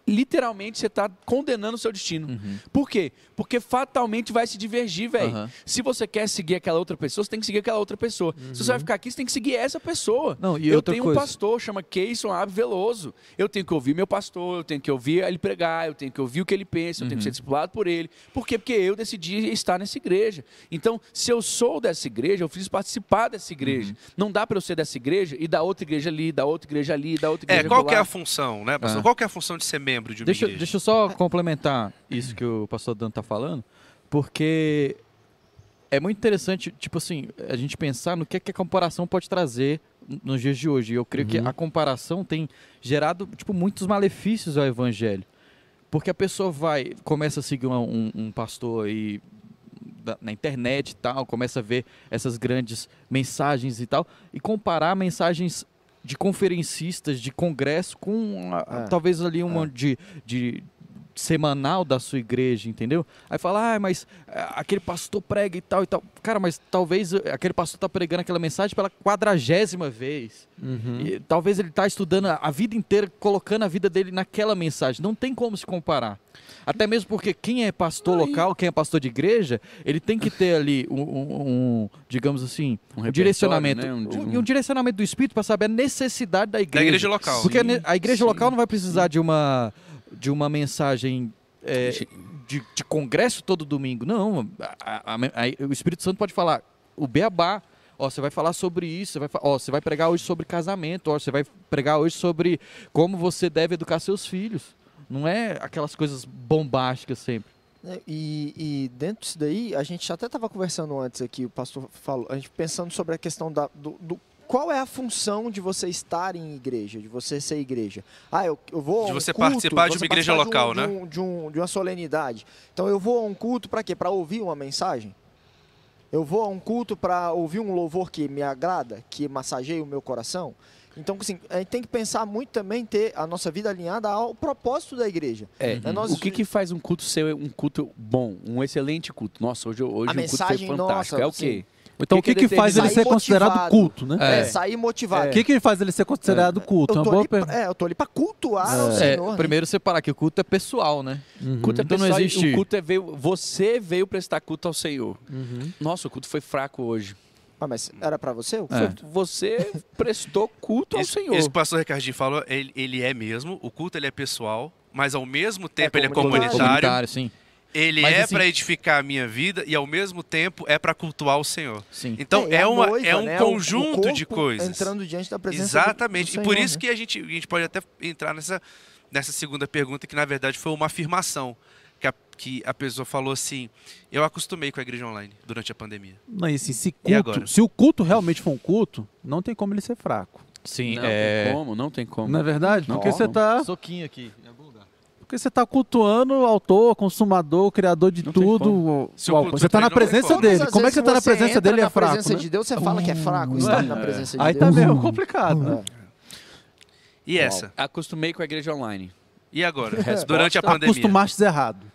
Speaker 1: literalmente, você está condenando o seu destino. Por quê? Porque fatalmente vai se divergir, velho.
Speaker 5: Uhum. Aham.
Speaker 1: Se você quer seguir aquela outra pessoa, você tem que seguir aquela outra pessoa. Se
Speaker 5: Uhum.
Speaker 1: você vai ficar aqui, você tem que seguir essa pessoa.
Speaker 5: Não, e
Speaker 1: eu
Speaker 5: outra
Speaker 1: tenho
Speaker 5: coisa.
Speaker 1: um pastor, chama Keison Abe Veloso. Eu tenho que ouvir meu pastor, eu tenho que ouvir ele pregar, eu tenho que ouvir o que ele pensa, eu tenho que ser discipulado por ele. Por quê? Porque eu decidi estar nessa igreja. Então, se eu sou dessa igreja, eu preciso participar dessa igreja. Não dá para eu ser dessa igreja e da outra igreja ali, da outra igreja ali, da outra
Speaker 4: É,
Speaker 1: igreja
Speaker 4: qual que é a
Speaker 1: acolá.
Speaker 4: função, né, pastor?
Speaker 5: Ah.
Speaker 4: Qual que é a função de ser membro de uma
Speaker 5: Deixa,
Speaker 4: igreja?
Speaker 5: deixa eu só complementar isso que o pastor Dano tá falando, porque é muito interessante, tipo assim, a gente pensar no que, é que a comparação pode trazer nos dias de hoje. E Eu creio que a comparação tem gerado, tipo, muitos malefícios ao evangelho. Porque a pessoa vai, começa a seguir uma- um, um pastor aí da- na internet e tal, começa a ver essas grandes mensagens e tal, e comparar mensagens de conferencistas, de congresso, com a- a- talvez ali uma de, de semanal da sua igreja, entendeu? Aí fala, ah, mas ah, aquele pastor prega e tal e tal. Cara, mas talvez eh, aquele pastor tá pregando aquela mensagem pela quadragésima vez.
Speaker 1: Uhum.
Speaker 5: E talvez ele tá estudando a- a vida inteira, colocando a vida dele naquela mensagem. Não tem como se comparar. Até mesmo porque quem é pastor local, quem é pastor de igreja, ele tem que ter ali um, um- um, digamos
Speaker 1: Um
Speaker 5: assim, um,
Speaker 1: repertório,
Speaker 5: direcionamento,
Speaker 1: né? Um-
Speaker 5: um, um direcionamento do Espírito para saber a necessidade da igreja.
Speaker 4: igreja local.
Speaker 5: Porque a
Speaker 1: Sim,
Speaker 5: ne- a igreja
Speaker 1: sim,
Speaker 5: local não vai precisar de uma de uma mensagem é,
Speaker 1: Ge-
Speaker 5: de, de congresso todo domingo. Não, a- a- a- o Espírito Santo pode falar o beabá. Ó, você vai falar sobre isso, você vai, fa- ó, você vai pregar hoje sobre casamento, ó, você vai pregar hoje sobre como você deve educar seus filhos. Não é aquelas coisas bombásticas sempre.
Speaker 2: Né, E, e dentro disso daí, a gente até estava conversando antes aqui, o pastor falou, a gente pensando sobre a questão da, do, do- qual é a função de você estar em igreja, de você ser igreja. Ah, eu, eu vou a
Speaker 4: De
Speaker 2: um
Speaker 4: você
Speaker 2: culto,
Speaker 4: participar de
Speaker 2: você
Speaker 4: uma igreja
Speaker 2: participar de um-
Speaker 4: local, né?
Speaker 2: de um- de, um- de uma solenidade. Então eu vou a um culto para quê? Para ouvir uma mensagem? Eu vou a um culto para ouvir um louvor que me agrada, que massageia o meu coração? Então, assim, a gente tem que pensar muito também ter a nossa vida alinhada ao propósito da igreja.
Speaker 1: É,
Speaker 2: Uhum. nós-
Speaker 1: o que, que faz um culto ser um culto bom, um excelente culto? Nossa, hoje, hoje
Speaker 2: A
Speaker 1: o culto foi
Speaker 2: mensagem,
Speaker 1: fantástico.
Speaker 2: nossa,
Speaker 1: é o
Speaker 2: sim.
Speaker 1: quê?
Speaker 3: Então o que, que, faz
Speaker 1: determina-
Speaker 3: ele ser
Speaker 2: Sair
Speaker 3: considerado
Speaker 2: motivado.
Speaker 3: culto, né?
Speaker 2: É,
Speaker 1: É.
Speaker 2: sair
Speaker 3: O
Speaker 2: motivado.
Speaker 3: que, que faz ele ser considerado culto? É
Speaker 2: Eu
Speaker 3: uma
Speaker 2: tô,
Speaker 3: boa
Speaker 2: ali, pra-
Speaker 3: pergunta.
Speaker 2: é, eu tô ali pra cultuar o
Speaker 5: É,
Speaker 2: Senhor. né?
Speaker 5: primeiro separar que o culto é pessoal, né?
Speaker 3: Uhum.
Speaker 1: Culto é
Speaker 5: Então não
Speaker 1: pessoal, e
Speaker 5: existe-
Speaker 1: O culto é veio, você veio prestar culto ao Senhor.
Speaker 3: é- Uhum.
Speaker 1: Nossa, o culto foi fraco hoje.
Speaker 2: Ah, mas era pra você? o
Speaker 5: É.
Speaker 2: culto?
Speaker 1: Você prestou culto ao
Speaker 4: Isso-
Speaker 1: Senhor.
Speaker 4: Isso que o pastor Ricardinho falou, ele, ele é mesmo, o culto ele é pessoal, mas ao mesmo tempo ele é
Speaker 2: comunitário.
Speaker 4: comunitário,
Speaker 5: sim.
Speaker 4: ele
Speaker 5: Mas,
Speaker 4: é
Speaker 5: assim-
Speaker 4: para edificar a minha vida e ao mesmo tempo é para cultuar o Senhor.
Speaker 5: Sim.
Speaker 4: Então é,
Speaker 2: a
Speaker 4: uma, é
Speaker 2: noiva,
Speaker 4: um
Speaker 2: né? O- o
Speaker 4: conjunto de
Speaker 2: corpo
Speaker 4: coisas.
Speaker 2: Entrando diante da presença do- do
Speaker 4: Exatamente. e por
Speaker 2: Senhor,
Speaker 4: isso
Speaker 2: né?
Speaker 4: que a gente, a gente pode até entrar nessa, nessa segunda pergunta, que na verdade foi uma afirmação. Que a, que a pessoa falou assim: Eu acostumei com a igreja online durante a pandemia.
Speaker 3: Não, e assim, se,
Speaker 4: agora?
Speaker 3: culto, se o culto realmente for um culto, não tem como ele ser fraco.
Speaker 5: Sim,
Speaker 1: Não tem
Speaker 5: é...
Speaker 1: como, não tem como.
Speaker 3: Não Um é verdade?
Speaker 1: Não,
Speaker 3: Porque você
Speaker 1: não.
Speaker 3: está
Speaker 5: Soquinho aqui, em algum lugar.
Speaker 3: Porque você está cultuando o autor, criador, o criador de
Speaker 1: Não tem
Speaker 3: tudo.
Speaker 1: como.
Speaker 3: o-
Speaker 4: Se
Speaker 3: o
Speaker 4: o
Speaker 3: autor.
Speaker 4: culto
Speaker 3: Você está
Speaker 4: também
Speaker 3: na
Speaker 4: não tem
Speaker 3: presença
Speaker 4: como.
Speaker 2: Mas,
Speaker 3: dele.
Speaker 2: às
Speaker 3: Como é
Speaker 2: vezes,
Speaker 3: que você está na
Speaker 2: entra
Speaker 3: presença dele e é
Speaker 2: na
Speaker 3: fraco?
Speaker 2: presença
Speaker 3: né? Hum.
Speaker 2: de Deus, você fala que é fraco estar na presença de
Speaker 3: Aí
Speaker 2: Deus.
Speaker 3: também é complicado, né?
Speaker 4: E é essa?
Speaker 1: Acostumei com a igreja online.
Speaker 4: E agora?
Speaker 1: Resposta.
Speaker 4: durante a pandemia.
Speaker 3: Acostumastes errado.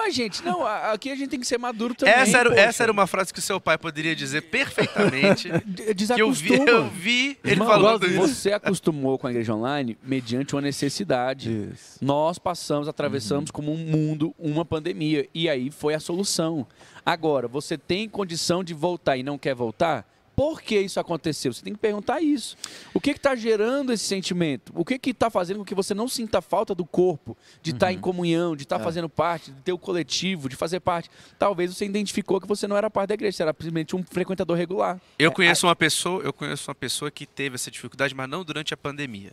Speaker 1: Ué, gente, não, a- aqui a gente tem que ser maduro também.
Speaker 4: Ah. Essa era,
Speaker 1: poxa.
Speaker 4: essa era uma frase que o seu pai poderia dizer perfeitamente.
Speaker 1: De- eh,
Speaker 4: que eu vi,
Speaker 1: Desacostuma.
Speaker 4: eu vi ele
Speaker 1: Irmão,
Speaker 4: falando isso.
Speaker 1: Você acostumou com a igreja online mediante uma necessidade.
Speaker 3: Isso.
Speaker 1: Nós passamos, atravessamos como um mundo uma pandemia. E aí foi a solução. Agora, você tem condição de voltar e não quer voltar? Por que isso aconteceu? Você tem que perguntar isso. O que está gerando esse sentimento? O que está fazendo com que você não sinta falta do corpo, de estar em comunhão, de estar fazendo parte, de ter o coletivo, de fazer parte? Talvez você identificou que você não era parte da igreja, você era simplesmente um frequentador regular.
Speaker 4: Eu conheço uma pessoa, eu conheço uma pessoa que teve essa dificuldade, mas não durante a pandemia.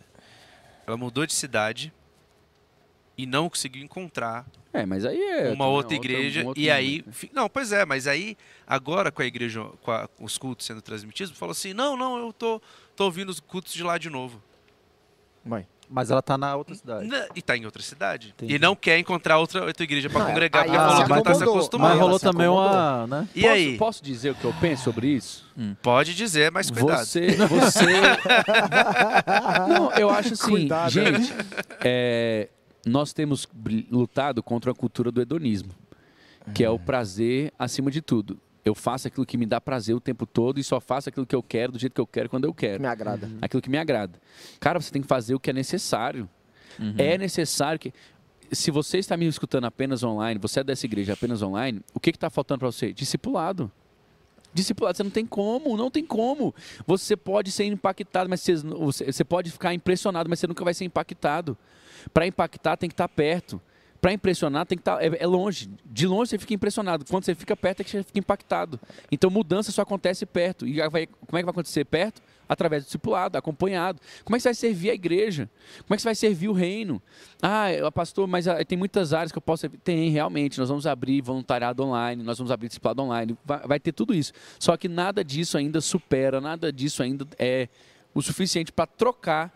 Speaker 4: Ela mudou de cidade e não conseguiu encontrar
Speaker 1: É, mas aí é.
Speaker 4: uma outra igreja e aí,
Speaker 1: né?
Speaker 4: fi- não, pois é, mas aí agora com a igreja, com, a- com os cultos sendo transmitidos, falou assim: "Não, não, eu tô tô ouvindo os cultos de lá de novo".
Speaker 2: Mãe.
Speaker 3: Mas ela está na outra cidade.
Speaker 4: Na- E tá em outra cidade.
Speaker 3: Entendi.
Speaker 4: E não quer encontrar outra, outra igreja para
Speaker 2: Não, é,
Speaker 4: congregar,
Speaker 2: aí
Speaker 4: porque
Speaker 2: ela
Speaker 4: falou
Speaker 2: se
Speaker 4: que não tá se
Speaker 2: acomodou,
Speaker 3: Mas
Speaker 2: Mas
Speaker 4: acostumando.
Speaker 3: rolou
Speaker 2: ela se
Speaker 3: também uma.
Speaker 2: acomodou.
Speaker 3: né?
Speaker 4: E aí?
Speaker 1: Posso dizer o que eu penso sobre isso?
Speaker 4: Pode dizer, mas cuidado.
Speaker 1: Você, você. Não, eu acho assim,
Speaker 2: Cuidado,
Speaker 1: gente. é, nós temos br- lutado contra a cultura do hedonismo, que é o prazer acima de tudo. Eu faço aquilo que me dá prazer o tempo todo e só faço aquilo que eu quero, do jeito que eu quero, quando eu quero
Speaker 2: Me agrada.
Speaker 1: aquilo que me agrada. Cara, você tem que fazer o que é necessário. É necessário que. Se você está me escutando apenas online, você é dessa igreja apenas online, o que está faltando para você? Discipulado. Discipulado, você não tem como, não tem como. Você pode ser impactado, mas vocês- você, você pode ficar impressionado, mas você nunca vai ser impactado. Para impactar, tem que estar perto. Para impressionar, tem que estar. é- é longe. De longe você fica impressionado. Quando você fica perto, é que você fica impactado. Então mudança só acontece perto. E aí vai- como é que vai acontecer perto? Através do discipulado, acompanhado. Como é que você vai servir a igreja? Como é que você vai servir o reino? Ah, eh, pastor, mas ah, tem muitas áreas que eu posso servir. Tem, realmente. Nós vamos abrir voluntariado online, nós vamos abrir discipulado online. Vai, vai ter tudo isso. Só que nada disso ainda supera, nada disso ainda é o suficiente para trocar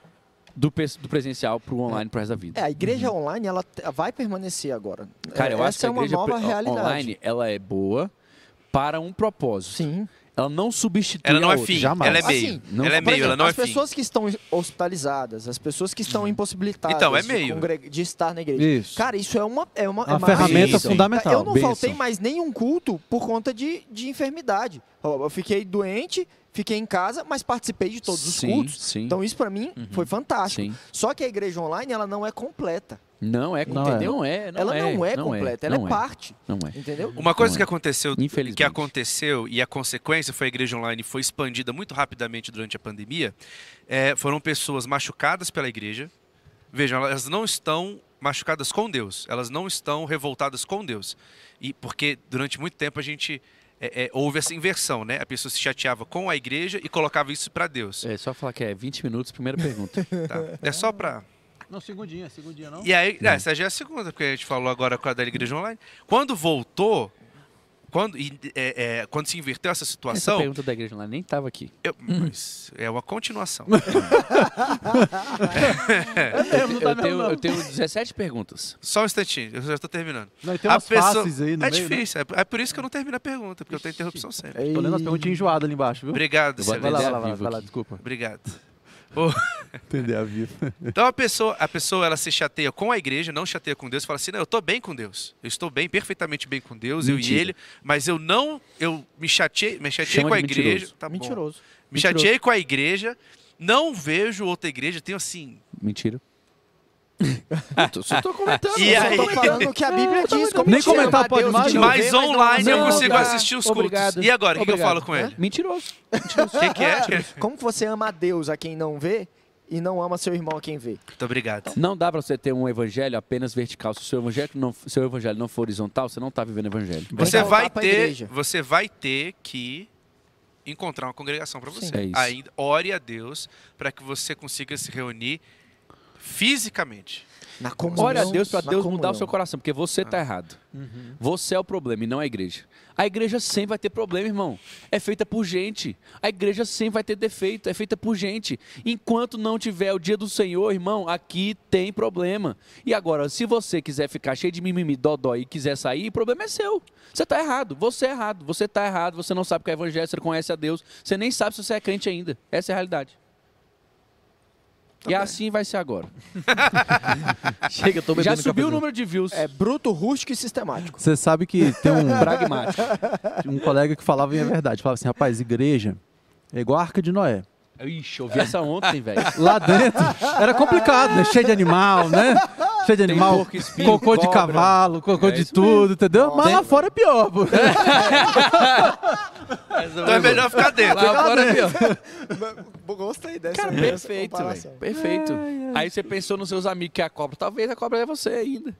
Speaker 1: do, pes- do presencial para o online para resto da vida.
Speaker 2: É, a igreja online, ela te- vai permanecer agora.
Speaker 1: Cara, eu
Speaker 2: Essa
Speaker 1: acho que
Speaker 2: é
Speaker 1: a
Speaker 2: uma
Speaker 1: igreja
Speaker 2: nova
Speaker 1: pe-
Speaker 2: realidade.
Speaker 1: online ela é boa para um propósito.
Speaker 2: Sim.
Speaker 1: Ela não substitui
Speaker 4: Ela não
Speaker 1: a
Speaker 4: é
Speaker 1: outra,
Speaker 4: fim,
Speaker 1: jamais.
Speaker 4: ela é meio.
Speaker 2: Assim,
Speaker 1: não-
Speaker 4: ela é
Speaker 2: Por
Speaker 4: meio,
Speaker 2: exemplo,
Speaker 4: ela não é
Speaker 2: as
Speaker 4: fim.
Speaker 2: pessoas que estão hospitalizadas, as pessoas que estão impossibilitadas
Speaker 4: Então, é
Speaker 2: de
Speaker 4: meio.
Speaker 2: congre- de estar na igreja.
Speaker 3: Uhum. Isso.
Speaker 2: Cara, isso é uma, é uma,
Speaker 3: É uma
Speaker 2: maravilhoso.
Speaker 3: ferramenta
Speaker 4: Benção.
Speaker 3: fundamental.
Speaker 2: Eu não
Speaker 3: Benção.
Speaker 2: faltei mais nenhum culto por conta de, de enfermidade. Ó, Eu fiquei doente, fiquei em casa, mas participei de todos
Speaker 1: sim,
Speaker 2: os cultos.
Speaker 1: Sim,
Speaker 2: Então isso pra mim foi fantástico.
Speaker 1: sim.
Speaker 2: Só que a igreja online, ela não é completa.
Speaker 1: Não é,
Speaker 3: Não
Speaker 1: completa, não é, não
Speaker 2: ela
Speaker 1: é,
Speaker 2: não é completa, ela
Speaker 1: não
Speaker 2: é parte,
Speaker 1: Não é.
Speaker 2: entendeu?
Speaker 4: Uma coisa
Speaker 1: Não
Speaker 4: que
Speaker 1: é.
Speaker 4: aconteceu,
Speaker 1: Infelizmente.
Speaker 4: que aconteceu e a consequência foi a igreja online foi expandida muito rapidamente durante a pandemia, é, foram pessoas machucadas pela igreja. Vejam, elas não estão machucadas com Deus, elas não estão revoltadas com Deus, e porque durante muito tempo a gente é, é, houve essa inversão, né? A pessoa se chateava com a igreja e colocava isso para Deus.
Speaker 1: É só falar que é 20 minutos, primeira pergunta.
Speaker 4: tá? É só para
Speaker 3: Não, segundinha, segundinha não.
Speaker 4: E aí, essa já é a segunda, porque a gente falou agora com a da Igreja Online. Quando voltou, quando, e, é, é, quando se inverteu essa
Speaker 1: Essa
Speaker 4: situação,
Speaker 1: pergunta da igreja lá nem tava aqui.
Speaker 4: eu-
Speaker 3: Hum.
Speaker 4: mas é uma continuação.
Speaker 1: Eu, tenho, eu tenho 17 perguntas.
Speaker 4: Só um instantinho, eu já estou terminando.
Speaker 3: Não, e tem
Speaker 4: A
Speaker 3: umas faces aí no meio, né?
Speaker 4: é
Speaker 3: É Tipo,
Speaker 4: difícil, é, é por isso que eu não termino a pergunta, porque eu tenho interrupção sempre.
Speaker 3: Tô lendo as perguntinhas enjoadas ali embaixo, viu?
Speaker 4: Obrigado,
Speaker 1: Eu vou
Speaker 3: Vai
Speaker 1: Entender a
Speaker 3: lá, vai
Speaker 4: excelência.
Speaker 3: lá, vai lá,
Speaker 1: vivo
Speaker 3: vai lá,
Speaker 1: aqui.
Speaker 3: desculpa.
Speaker 4: Obrigado. Ô,
Speaker 3: Entender a vida.
Speaker 4: Então a pessoa, a pessoa ela se chateia com a igreja, não chateia com Deus, fala assim: "Não, eu estou bem com Deus. Eu estou bem, perfeitamente bem com Deus, eu e
Speaker 1: Mentira.
Speaker 4: ele, mas eu não, eu me chateei, me chateei
Speaker 1: Chama
Speaker 4: com a
Speaker 1: de
Speaker 4: igreja,
Speaker 1: mentiroso.
Speaker 4: tá bom.
Speaker 2: Mentiroso.
Speaker 4: Me chateei com a igreja, não vejo outra igreja, tenho assim.
Speaker 1: Mentira. Eu só tô comentando.
Speaker 4: E
Speaker 2: Eu
Speaker 4: aí?
Speaker 2: só tô falando o que a Bíblia diz. Como
Speaker 3: Nem
Speaker 2: que chama
Speaker 3: comentar
Speaker 2: a
Speaker 3: pode
Speaker 2: Deus,
Speaker 3: mais,
Speaker 2: a gente não
Speaker 4: Mas
Speaker 2: vê,
Speaker 4: online eu
Speaker 2: não
Speaker 4: consigo
Speaker 2: dá.
Speaker 4: assistir os
Speaker 5: Obrigado.
Speaker 4: cultos. E agora, o que que eu
Speaker 5: Obrigado.
Speaker 4: falo com ele?
Speaker 1: É? Mentiroso.
Speaker 4: O que, que é?
Speaker 2: Como que você ama a Deus a quem não vê e não ama seu irmão a quem vê?
Speaker 4: Muito obrigado.
Speaker 1: Não dá pra você ter um evangelho apenas vertical. Se o seu evangelho não, se o seu evangelho não for horizontal, você não tá vivendo evangelho.
Speaker 4: Você
Speaker 2: voltar
Speaker 4: vai
Speaker 2: pra
Speaker 4: ter,
Speaker 2: igreja.
Speaker 4: você vai ter que encontrar uma congregação para você.
Speaker 1: É isso.
Speaker 4: Ainda ore a Deus para que você consiga se reunir fisicamente.
Speaker 2: Na comunhão.
Speaker 1: Ora a Deus pra
Speaker 2: na
Speaker 1: Deus mudar o seu
Speaker 2: comunhão. Ah.
Speaker 1: coração, porque você tá errado. Você é o problema e não a igreja. A igreja sempre vai ter problema, irmão. É feita por gente. A igreja sempre vai ter defeito, é feita por gente. Enquanto não tiver o dia do Senhor, irmão, aqui tem problema. E agora, se você quiser ficar cheio de mimimi, dodó e quiser sair, o problema é seu. Você tá errado, você é errado, você tá errado, você não sabe o que é evangelho, você não conhece a Deus, você nem sabe se você é crente ainda. Essa é a realidade.
Speaker 4: Tá
Speaker 1: e assim vai ser agora.
Speaker 5: Chega, eu tô
Speaker 1: Já
Speaker 5: bebendo
Speaker 1: subiu o
Speaker 5: cafezinho.
Speaker 1: número de views.
Speaker 2: É bruto, rústico e sistemático.
Speaker 3: Você sabe que tem um,
Speaker 1: Pragmático.
Speaker 3: um colega que falava e é verdade. Falava assim, rapaz, igreja é igual a Arca de Noé.
Speaker 1: Ixi, eu vi essa ontem, velho.
Speaker 3: Lá dentro era complicado, né? Cheio de animal, né? Cheio de animal,
Speaker 1: porco, espinho,
Speaker 3: cocô de
Speaker 1: cobra.
Speaker 3: cavalo, cocô
Speaker 1: É
Speaker 3: de
Speaker 1: isso
Speaker 3: tudo, entendeu? Mas
Speaker 2: Tem-
Speaker 3: lá fora é pior, pô.
Speaker 4: Então é melhor ficar dentro.
Speaker 5: Lá fora é pior.
Speaker 2: Gostei dessa
Speaker 1: Cara, perfeito, velho. Perfeito. Aí você pensou nos seus amigos que é a cobra. Talvez a cobra é você ainda.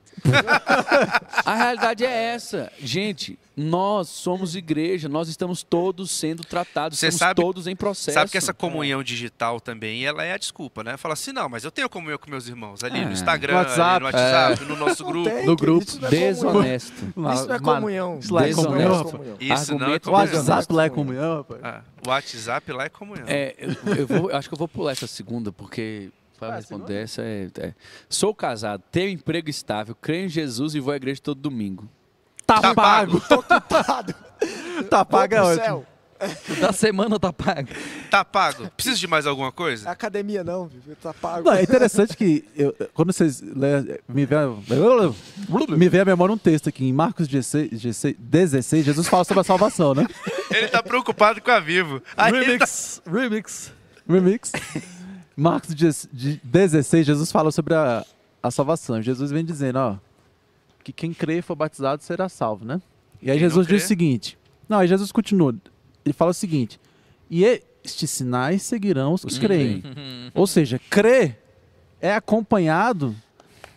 Speaker 1: a realidade é essa. Gente, nós somos igreja, nós estamos todos sendo tratados,
Speaker 4: Você
Speaker 1: estamos
Speaker 4: sabe-
Speaker 1: todos em processo.
Speaker 4: Sabe que essa comunhão digital também, ela é a desculpa, né? Fala assim, não, mas eu tenho comunhão com meus irmãos ali
Speaker 1: Ah.
Speaker 4: no Instagram,
Speaker 3: No
Speaker 4: ali no WhatsApp,
Speaker 3: WhatsApp,
Speaker 4: no nosso grupo.
Speaker 2: tem.
Speaker 3: No grupo.
Speaker 2: Isso não é comunhão.
Speaker 1: Desonesto.
Speaker 2: Isso não é
Speaker 3: Mano,
Speaker 2: comunhão.
Speaker 3: Isso lá é
Speaker 1: Desonesto.
Speaker 3: comunhão, rapaz.
Speaker 2: comunhão.
Speaker 4: Isso não é
Speaker 1: Argumento
Speaker 3: O
Speaker 4: comunhão.
Speaker 3: WhatsApp lá é comunhão, rapaz.
Speaker 4: Ah, o WhatsApp lá é comunhão.
Speaker 1: É, eu, eu vou- eu acho que eu vou pular essa segunda, porque para
Speaker 3: Ah,
Speaker 1: responder essa é, é. Sou casado, tenho emprego estável, creio em Jesus e vou à igreja todo domingo.
Speaker 3: Tá,
Speaker 4: Tá
Speaker 3: pago.
Speaker 2: Ocupado.
Speaker 3: Tá pago é
Speaker 2: Vou pro
Speaker 3: ótimo.
Speaker 2: céu.
Speaker 5: Da semana tá pago.
Speaker 4: Tá pago. Precisa de mais alguma
Speaker 2: Tá.
Speaker 4: coisa?
Speaker 2: é Academia não, viu? Tá pago.
Speaker 3: Não, é interessante que eu- quando vocês lê, me vê, me vê a memória um texto aqui em Marcos 16, 16, 16, Jesus fala sobre a salvação, né?
Speaker 4: Ele tá preocupado com a Vivo. Aí ele tá-
Speaker 5: Remix, remix.
Speaker 3: Remix. Marcos 16, Jesus fala sobre a, a salvação. Jesus vem dizendo, ó, que quem crê e for batizado será salvo, né? E aí
Speaker 4: Quem não
Speaker 3: Jesus diz
Speaker 4: crê?
Speaker 3: o seguinte. Não, aí Jesus continua. Ele fala o seguinte. E estes sinais seguirão os que creem. Ou seja, crer é acompanhado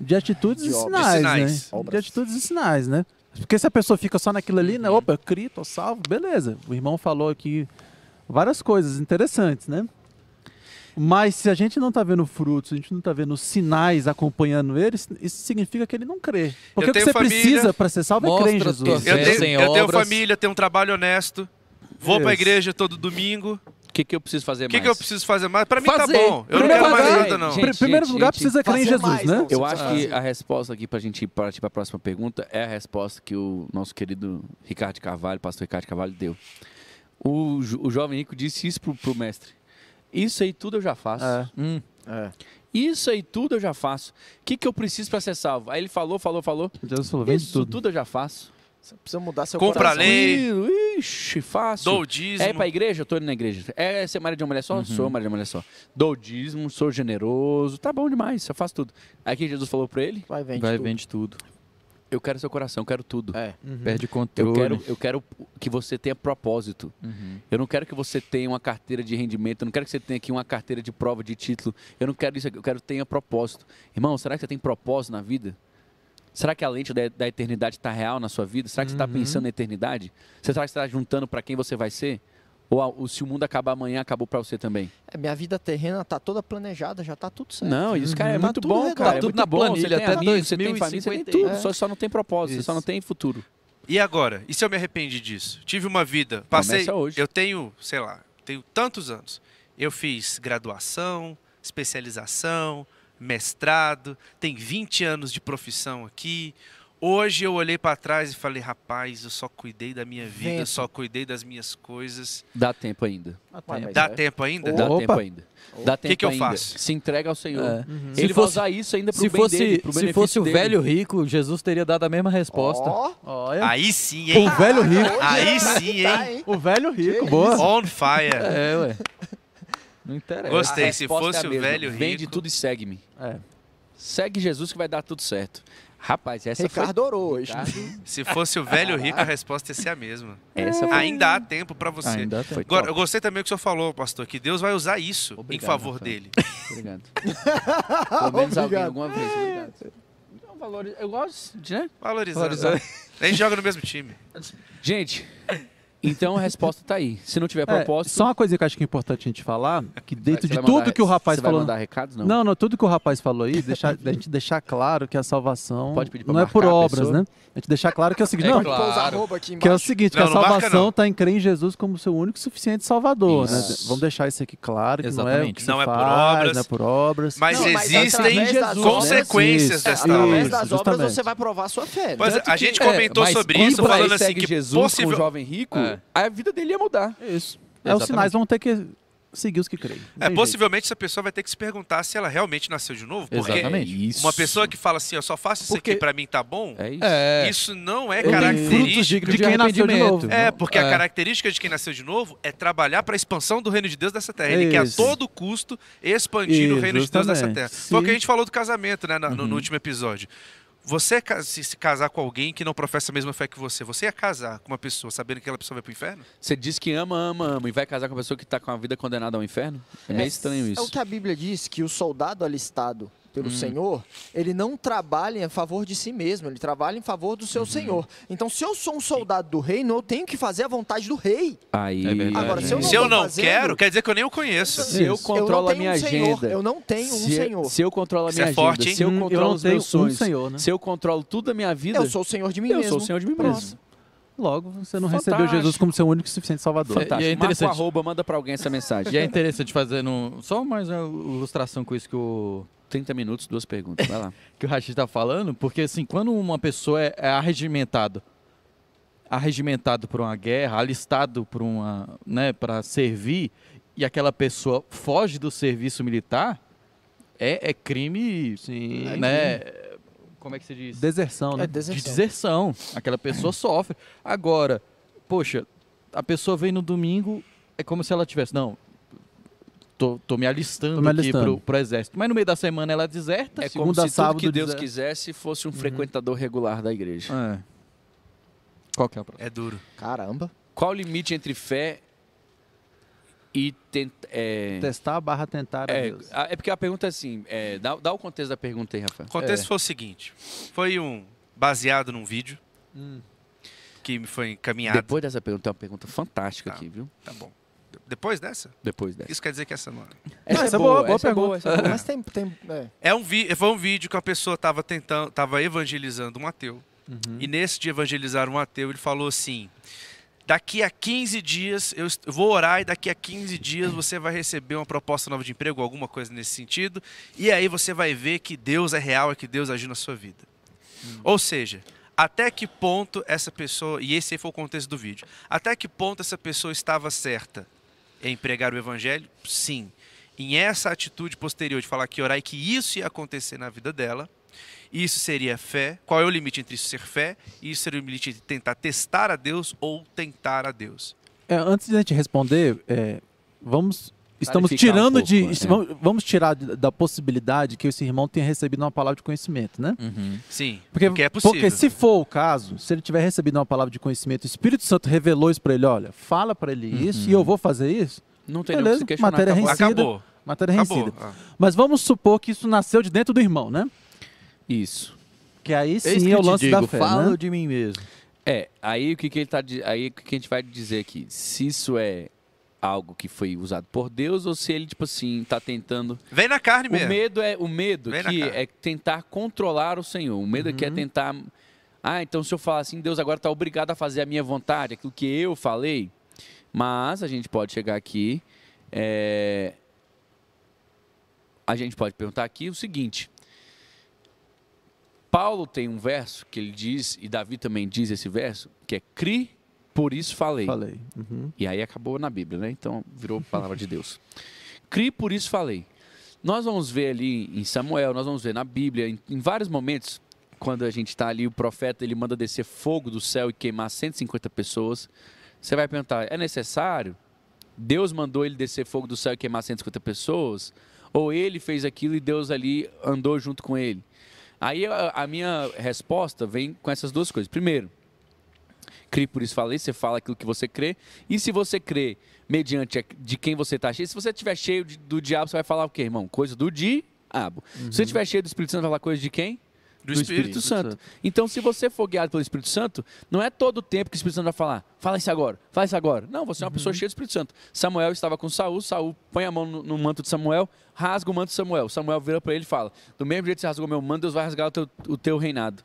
Speaker 3: de atitudes
Speaker 2: De
Speaker 3: e
Speaker 2: obras.
Speaker 3: sinais,
Speaker 4: Sinais.
Speaker 3: né? De
Speaker 2: Obras.
Speaker 3: atitudes e sinais, né? Porque se a pessoa fica só naquilo ali, né? Opa, eu crio, tô salvo, beleza. O irmão falou aqui várias coisas interessantes, né? Mas se a gente não tá vendo frutos, se a gente não tá vendo sinais acompanhando ele, isso significa que ele não crê. Porque o que
Speaker 4: tenho
Speaker 3: você
Speaker 4: família.
Speaker 3: precisa para ser salvo é crer em
Speaker 5: Mostra tua
Speaker 3: Jesus.
Speaker 5: fé.
Speaker 4: Eu
Speaker 5: Sem
Speaker 4: tenho, eu tenho
Speaker 5: obras.
Speaker 4: família, tenho um trabalho honesto. Vou pra
Speaker 3: Isso.
Speaker 4: igreja todo domingo.
Speaker 1: O que, que eu preciso fazer
Speaker 4: O que,
Speaker 1: mais?
Speaker 4: que eu preciso fazer mais? Pra mim tá
Speaker 5: Fazer.
Speaker 4: bom. Eu não
Speaker 3: Primeiro
Speaker 4: quero mais
Speaker 3: fazer.
Speaker 4: ajuda, não.
Speaker 1: Gente,
Speaker 3: Em primeiro
Speaker 1: gente,
Speaker 3: lugar,
Speaker 1: gente.
Speaker 3: precisa crer em
Speaker 2: Fazer
Speaker 3: Jesus,
Speaker 2: mais,
Speaker 3: né?
Speaker 2: não.
Speaker 1: Eu
Speaker 2: Você
Speaker 1: acho
Speaker 2: precisa
Speaker 1: que a resposta aqui para a gente partir para a próxima pergunta é a resposta que o nosso querido Ricardo de Carvalho, pastor Ricardo de Carvalho, deu. O, jo- o jovem rico disse isso pro, pro mestre. Isso aí tudo eu já faço.
Speaker 2: É.
Speaker 5: Hum,
Speaker 2: É.
Speaker 1: Isso aí tudo eu já faço. O que, que eu preciso para ser salvo? Aí ele falou, falou, falou.
Speaker 3: Jesus falou, vende
Speaker 1: Isso
Speaker 3: tudo.
Speaker 1: tudo. eu já faço. Tá
Speaker 2: Você precisa mudar seu
Speaker 4: Compra
Speaker 2: coração.
Speaker 4: a lei.
Speaker 1: Tranquilo, Ixi, faço.
Speaker 4: Dou o dízimo.
Speaker 1: É ir pra igreja? Eu tô indo na igreja. É ser marido de uma mulher só? Sou marido de uma mulher só. Dou dízimo, sou generoso. Tá bom demais, eu faço tudo. Aí o que Jesus falou pra ele:
Speaker 2: Vai, vende
Speaker 5: vai,
Speaker 2: tudo.
Speaker 5: vende tudo.
Speaker 1: Eu quero seu coração, eu quero tudo.
Speaker 2: É.
Speaker 3: Uhum.
Speaker 5: Perde o controle.
Speaker 1: Eu quero, eu quero que você tenha propósito. Eu não quero que você tenha uma carteira de rendimento. Eu não quero que você tenha aqui uma carteira de prova de título. Eu não quero isso aqui. Eu quero que tenha propósito. Irmão, será que você tem propósito na vida? Será que a lente da, da eternidade está real na sua vida? Será que você está pensando na eternidade? Será que você está juntando para quem você vai ser? Ou, a- ou se o mundo acabar amanhã, acabou para você também?
Speaker 2: É, Minha vida terrena tá toda planejada, já tá tudo certo.
Speaker 1: Não, isso, cara, é
Speaker 2: Tá
Speaker 1: muito
Speaker 2: tudo
Speaker 1: bom,
Speaker 2: redondo.
Speaker 1: cara.
Speaker 5: Tá
Speaker 1: é
Speaker 5: tudo
Speaker 1: muito
Speaker 5: na
Speaker 1: bom.
Speaker 5: planilha,
Speaker 1: Você tem
Speaker 5: até
Speaker 1: amigos, você tem família, você tem tudo.
Speaker 5: 2050.
Speaker 1: Só, só não tem propósito, você só
Speaker 5: Isso.
Speaker 1: não tem futuro.
Speaker 4: E agora? E se eu me arrependi disso? Tive uma vida, passei.
Speaker 1: Começa hoje.
Speaker 4: Eu tenho, sei lá, tenho tantos anos. Eu fiz graduação, especialização, mestrado, tem 20 anos de profissão aqui. Hoje eu olhei pra trás e falei, rapaz, eu só cuidei da minha vida,
Speaker 2: Vento.
Speaker 4: só cuidei das minhas coisas.
Speaker 1: Dá tempo ainda.
Speaker 2: Ué, mas
Speaker 4: Dá
Speaker 2: é.
Speaker 4: tempo ainda?
Speaker 1: Dá
Speaker 3: Opa.
Speaker 1: tempo ainda. Dá tempo
Speaker 4: que eu
Speaker 1: ainda.
Speaker 4: faço?
Speaker 1: Se entrega ao Senhor.
Speaker 5: É.
Speaker 1: Ele
Speaker 5: Se
Speaker 1: vai
Speaker 5: fosse-
Speaker 1: usar isso ainda pro
Speaker 5: Se
Speaker 1: bem
Speaker 5: fosse,
Speaker 1: dele, pro
Speaker 5: se
Speaker 1: benefício
Speaker 5: fosse o
Speaker 1: dele.
Speaker 5: velho rico, Jesus teria dado a mesma resposta.
Speaker 2: Ó,
Speaker 3: Olha.
Speaker 4: Aí sim,
Speaker 3: O
Speaker 4: hein?
Speaker 3: velho rico.
Speaker 4: Aí sim,
Speaker 2: tá,
Speaker 4: hein?
Speaker 2: hein?
Speaker 3: O velho rico,
Speaker 2: Que
Speaker 3: boa.
Speaker 4: On fire.
Speaker 5: É, ué. Não interessa.
Speaker 1: A
Speaker 4: Gostei, se
Speaker 1: resposta
Speaker 4: fosse
Speaker 1: é a
Speaker 4: o
Speaker 1: mesma.
Speaker 4: velho rico.
Speaker 1: Vende tudo e segue-me.
Speaker 3: É.
Speaker 1: Segue Jesus que vai dar tudo certo. Rapaz, essa
Speaker 2: Ricardo orou
Speaker 1: foi...
Speaker 2: hoje.
Speaker 4: Tá. Se fosse o velho rico, a resposta ia ser a mesma.
Speaker 1: Essa foi...
Speaker 4: Ainda há tempo pra você.
Speaker 5: Ainda tem.
Speaker 1: foi
Speaker 4: Agora, eu
Speaker 1: top.
Speaker 4: gostei também do que o senhor falou, pastor, que Deus vai usar isso
Speaker 1: Obrigado,
Speaker 4: em favor
Speaker 1: Rafael.
Speaker 4: dele.
Speaker 1: Obrigado. Pelo menos alguém
Speaker 2: Obrigado.
Speaker 1: alguma vez.
Speaker 5: é
Speaker 1: Obrigado. Então, valores... Eu gosto de... Né?
Speaker 4: Valorizar.
Speaker 5: Valorizar.
Speaker 4: A gente joga no mesmo time.
Speaker 1: Gente, então a resposta tá aí. Se não tiver
Speaker 3: É,
Speaker 1: propósito...
Speaker 3: só uma coisa que eu acho que é importante a gente falar, que
Speaker 1: Você
Speaker 3: dentro de
Speaker 1: vai
Speaker 3: tudo
Speaker 1: mandar-
Speaker 3: que o rapaz
Speaker 1: você
Speaker 3: falou...
Speaker 1: Vai mandar recados? Não.
Speaker 3: Não. não, tudo que o rapaz falou aí, deixar, a gente deixar claro que a salvação
Speaker 1: Pode pedir pra
Speaker 3: não é
Speaker 1: marcar
Speaker 3: por
Speaker 1: a
Speaker 3: obras,
Speaker 1: pessoa?
Speaker 3: né? A gente deixar claro que é o seguinte,
Speaker 5: É
Speaker 3: não,
Speaker 2: Pode pôr os arroba aqui
Speaker 3: que é o
Speaker 2: embaixo.
Speaker 3: seguinte, que
Speaker 4: Não,
Speaker 3: a
Speaker 4: não marca,
Speaker 3: salvação
Speaker 4: não.
Speaker 3: está em crer em Jesus como seu único e suficiente salvador, né?
Speaker 1: Isso.
Speaker 3: Vamos deixar isso aqui claro, que não é o
Speaker 5: Exatamente.
Speaker 3: que
Speaker 4: Não
Speaker 3: você
Speaker 4: é por
Speaker 3: faz,
Speaker 4: obras,
Speaker 3: não é por obras. né?
Speaker 4: Mas
Speaker 2: Não, mas
Speaker 4: existem
Speaker 2: através né? das
Speaker 4: consequências
Speaker 3: obras- Isso,
Speaker 4: dessa
Speaker 2: Através
Speaker 4: obra.
Speaker 2: das
Speaker 3: justamente.
Speaker 2: obras você vai provar a sua fé. né?
Speaker 4: Pois é,
Speaker 1: Tanto
Speaker 4: a
Speaker 1: que-
Speaker 4: gente
Speaker 1: é,
Speaker 4: comentou
Speaker 5: mas
Speaker 4: sobre
Speaker 5: quando
Speaker 4: isso,
Speaker 1: Quando
Speaker 5: vai
Speaker 4: falando
Speaker 1: ele
Speaker 4: assim
Speaker 1: segue
Speaker 4: que
Speaker 1: Jesus com o
Speaker 4: possível-
Speaker 1: jovem rico,
Speaker 5: É.
Speaker 1: a vida dele ia mudar.
Speaker 3: Isso. É, os
Speaker 5: Exatamente.
Speaker 3: sinais vão ter que seguir os que creem. Não
Speaker 4: É,
Speaker 3: tem jeito.
Speaker 4: possivelmente essa pessoa vai ter que se perguntar se ela realmente nasceu de novo, porque
Speaker 5: Exatamente.
Speaker 4: uma pessoa que fala assim, eu só faço isso
Speaker 5: Porque-
Speaker 4: aqui pra mim tá bom,
Speaker 1: É isso.
Speaker 5: É.
Speaker 4: isso não é
Speaker 5: Eu tenho frutos
Speaker 4: característica.
Speaker 5: dignos
Speaker 3: de
Speaker 5: de
Speaker 3: quem nasceu de
Speaker 5: arrependimento.
Speaker 3: novo.
Speaker 4: É, porque a
Speaker 5: É.
Speaker 4: característica de quem nasceu de novo é trabalhar pra expansão do reino de Deus dessa terra. Ele quer a
Speaker 3: Isso.
Speaker 4: todo custo expandir o
Speaker 3: Isso,
Speaker 4: reino de Deus dessa
Speaker 3: justamente.
Speaker 4: terra.
Speaker 3: Se-
Speaker 4: Foi o que a gente falou do casamento, né, na- no, no último episódio. Você é ca- se se casar com alguém que não professa a mesma fé que você, você ia casar com uma pessoa sabendo que aquela pessoa vai pro inferno?
Speaker 1: Você diz que ama, ama, ama e vai casar com uma pessoa que tá com a vida condenada ao inferno? É meio estranho
Speaker 2: É o
Speaker 1: isso. Hum.
Speaker 2: que a Bíblia diz, que o soldado alistado pelo Senhor, ele não trabalha em favor de si mesmo, ele trabalha em favor do
Speaker 1: Uhum.
Speaker 2: seu Senhor. Então, se eu sou um soldado do reino, eu tenho que fazer a vontade do rei.
Speaker 1: Aí.
Speaker 5: É verdade. Agora, se eu não
Speaker 4: Se eu
Speaker 2: tô
Speaker 4: não
Speaker 2: fazendo-
Speaker 4: quero, quer dizer que eu nem o conheço.
Speaker 1: Se eu
Speaker 3: Isso.
Speaker 1: controlo
Speaker 2: eu não
Speaker 1: a
Speaker 2: tenho
Speaker 1: minha
Speaker 2: um
Speaker 1: agenda.
Speaker 2: Senhor, eu não tenho um
Speaker 1: se, é-
Speaker 2: Senhor.
Speaker 1: se eu controlo a
Speaker 4: Isso
Speaker 1: minha
Speaker 4: é
Speaker 1: agenda,
Speaker 4: forte, hein?
Speaker 1: se eu
Speaker 3: Hum, eu
Speaker 1: controlo
Speaker 3: não
Speaker 1: os meus
Speaker 3: tenho um
Speaker 1: sonhos,
Speaker 3: Senhor, né?
Speaker 1: se eu controlo tudo da minha vida,
Speaker 2: Eu sou um o Senhor de mim
Speaker 1: eu
Speaker 2: mesmo.
Speaker 1: sou o Senhor de mim
Speaker 2: Pronto.
Speaker 1: mesmo.
Speaker 3: Logo, você não
Speaker 1: Fantástico.
Speaker 3: recebeu Jesus como seu único e suficiente salvador.
Speaker 5: Fantástico.
Speaker 1: Fantástico.
Speaker 5: E é
Speaker 1: Marca o
Speaker 5: interessante.
Speaker 1: arroba, manda pra alguém essa mensagem.
Speaker 5: E é interessante fazer um, só mais uma ilustração com isso que o,
Speaker 1: 30 minutos, duas perguntas. Vai lá.
Speaker 5: que o Rashid tá falando, porque assim, quando uma pessoa é, é arregimentada, arregimentado por uma guerra, alistado por uma, né, para servir, e aquela pessoa foge do serviço militar, é, é crime,
Speaker 3: Sim.
Speaker 5: né, como é que se diz? É.
Speaker 3: Deserção, né?
Speaker 2: É deserção.
Speaker 5: de deserção. Aquela pessoa sofre. Agora, poxa, a pessoa vem no domingo, é como se ela tivesse. Não, tô, tô me alistando,
Speaker 3: Tô me
Speaker 5: aqui
Speaker 3: alistando.
Speaker 5: pro, pro exército. Mas no meio da semana ela deserta.
Speaker 1: É como
Speaker 3: Segunda
Speaker 1: se
Speaker 3: a sábado,
Speaker 1: tudo que Deus
Speaker 3: dizer-
Speaker 1: quisesse fosse um
Speaker 2: Uhum.
Speaker 1: frequentador regular da igreja.
Speaker 5: É. Qual que é a próxima?
Speaker 4: É duro.
Speaker 2: Caramba.
Speaker 1: Qual o limite entre fé e tenta, é,
Speaker 3: Testar barra tentar a
Speaker 1: é,
Speaker 3: Deus.
Speaker 1: a- é porque a pergunta é assim, é, dá, dá o contexto da pergunta aí,
Speaker 2: É.
Speaker 1: Rafa.
Speaker 4: O contexto foi o seguinte: foi um baseado num vídeo que me foi encaminhado.
Speaker 1: Depois dessa pergunta, tem uma pergunta fantástica
Speaker 4: Tá.
Speaker 1: aqui, viu?
Speaker 4: Tá bom. De- Depois dessa?
Speaker 1: Depois dessa.
Speaker 4: Isso quer dizer que essa não é.
Speaker 3: Essa é boa, boa
Speaker 1: essa é boa,
Speaker 3: pergunta.
Speaker 1: essa é boa.
Speaker 2: Mas tem. tem é.
Speaker 4: É um vi foi um vídeo que a pessoa estava tentando, estava evangelizando um ateu. E nesse de evangelizar um ateu, ele falou assim: daqui a 15 dias eu est- eu vou orar e daqui a 15 dias você vai receber uma proposta nova de emprego, alguma coisa nesse sentido, e aí você vai ver que Deus é real e que Deus agiu na sua vida. Ou seja, até que ponto essa pessoa, e esse aí foi o contexto do vídeo, até que ponto essa pessoa estava certa em pregar o evangelho? Sim. Em essa atitude posterior de falar que orar e que isso ia acontecer na vida dela, isso seria fé. Qual é o limite entre isso ser fé e isso seria o limite entre tentar testar a Deus ou tentar a Deus?
Speaker 3: É, antes de a gente responder, é, vamos. Estamos
Speaker 1: Clarificar um
Speaker 3: tirando
Speaker 1: pouco,
Speaker 3: de.
Speaker 1: né?
Speaker 3: est- vamos- Vamos tirar de- da possibilidade que esse irmão tenha recebido uma palavra de conhecimento, né?
Speaker 4: Sim, porque, é possível.
Speaker 3: Porque se for o caso, se ele tiver recebido uma palavra de conhecimento, o Espírito Santo revelou isso pra ele, olha, fala pra ele isso e eu vou fazer isso,
Speaker 1: Não tem nem o que
Speaker 3: Beleza,
Speaker 1: se questionar.
Speaker 3: matéria
Speaker 1: acabou.
Speaker 3: rencida.
Speaker 4: Acabou,
Speaker 3: matéria
Speaker 4: acabou.
Speaker 3: rencida.
Speaker 4: Ah.
Speaker 3: Mas vamos supor que isso nasceu de dentro do irmão, né?
Speaker 1: Isso.
Speaker 3: Que aí sim
Speaker 5: Eis que
Speaker 3: é o
Speaker 5: te
Speaker 3: lance
Speaker 5: digo,
Speaker 3: da fé,
Speaker 5: falo
Speaker 3: né?
Speaker 5: de mim mesmo.
Speaker 1: É, aí o que, que ele tá di- aí o que, que a gente vai dizer aqui? Se isso é algo que foi usado por Deus ou se ele tipo assim tá tentando
Speaker 4: Vem na carne
Speaker 1: O
Speaker 4: mesmo.
Speaker 1: medo é o medo
Speaker 4: Vem na
Speaker 1: que
Speaker 4: cara.
Speaker 1: é tentar controlar o Senhor. O medo aqui é tentar Ah, então se eu falar assim, Deus agora está obrigado a fazer a minha vontade, aquilo que eu falei. Mas a gente pode chegar aqui é, a gente pode perguntar aqui o seguinte: Paulo tem um verso que ele diz e Davi também diz esse verso, que é cri, por isso falei.
Speaker 3: Falei. Uhum.
Speaker 1: E aí acabou na Bíblia, né? Então virou palavra de Deus. Cri, por isso falei. Nós vamos ver ali em Samuel, nós vamos ver na Bíblia, em, em vários momentos, quando a gente está ali, o profeta ele manda descer fogo do céu e queimar 150 pessoas. Você vai perguntar, é necessário? Deus mandou ele descer fogo do céu e queimar 150 pessoas? Ou ele fez aquilo e Deus ali andou junto com ele? Aí a, a minha resposta vem com essas duas coisas. Primeiro, crie por isso falei, você fala aquilo que você crê. E se você crê mediante a- de quem você está cheio, se você estiver cheio de- do diabo, você vai falar o quê, irmão? Coisa do diabo. Se você estiver cheio do Espírito Santo, vai falar coisa de quem?
Speaker 4: Do
Speaker 1: do Espírito,
Speaker 4: Espírito
Speaker 1: Santo. Então, se você for guiado pelo Espírito Santo, não é todo o tempo que o Espírito Santo vai falar, fala isso agora, fala isso agora. Não, você é uma pessoa cheia do Espírito Santo. Samuel estava com Saul, Saul põe a mão no, no manto de Samuel, rasga o manto de Samuel. Samuel vira para ele e fala: Do mesmo jeito que você rasgou meu manto, Deus vai rasgar o teu, o teu reinado.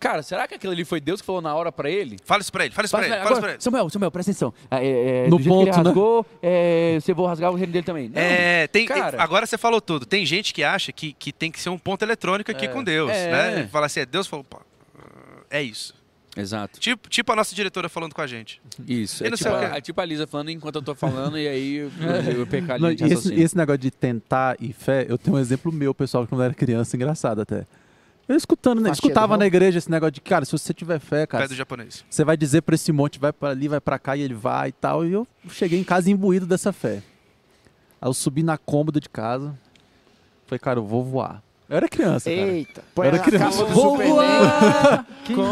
Speaker 1: Cara, será que aquilo ali foi Deus que falou na hora para ele?
Speaker 4: Fala isso pra ele, fala isso pra
Speaker 1: Fala
Speaker 4: ele,
Speaker 1: pra-
Speaker 4: fala isso pra
Speaker 1: agora,
Speaker 4: ele.
Speaker 1: Samuel, Samuel, presta atenção. Ah, é, é,
Speaker 3: No
Speaker 1: do jeito que
Speaker 3: ponto,
Speaker 1: ele
Speaker 3: né?
Speaker 1: rasgou, é, você vou rasgar o reino dele também. Não,
Speaker 4: É, tem,
Speaker 1: cara.
Speaker 4: agora você falou tudo. Tem gente que acha que, que tem que ser um ponto eletrônico aqui com Deus,
Speaker 1: É.
Speaker 4: né? Fala assim, é Deus falou, pá, é isso.
Speaker 1: Exato.
Speaker 4: Tipo, tipo a nossa diretora falando com a gente.
Speaker 1: Isso.
Speaker 4: Eu
Speaker 1: É
Speaker 4: não
Speaker 1: tipo,
Speaker 4: sei o
Speaker 1: a,
Speaker 4: quê.
Speaker 1: é tipo a Lisa falando enquanto eu tô falando, e aí eu, eu pecar ali.
Speaker 3: Não,
Speaker 1: a
Speaker 3: e
Speaker 1: gente
Speaker 3: esse,
Speaker 1: raciocina.
Speaker 3: esse negócio de tentar e fé, eu tenho um exemplo meu, pessoal, de quando eu era criança, engraçado até. Eu escutando, né?
Speaker 2: Fatia do
Speaker 3: escutava
Speaker 2: ramo?
Speaker 3: na igreja esse negócio de, cara, se você tiver fé, cara,
Speaker 4: Pé do japonês.
Speaker 3: Você vai dizer pra esse monte, vai pra ali, vai pra cá, e ele vai e tal. E eu cheguei em casa imbuído dessa fé. Aí eu subi na cômoda de casa. Falei, cara, eu vou voar. Eu era criança, cara.
Speaker 2: Eita, põe
Speaker 3: Era
Speaker 2: a
Speaker 3: criança.
Speaker 2: capa do
Speaker 3: Vou
Speaker 2: Superman.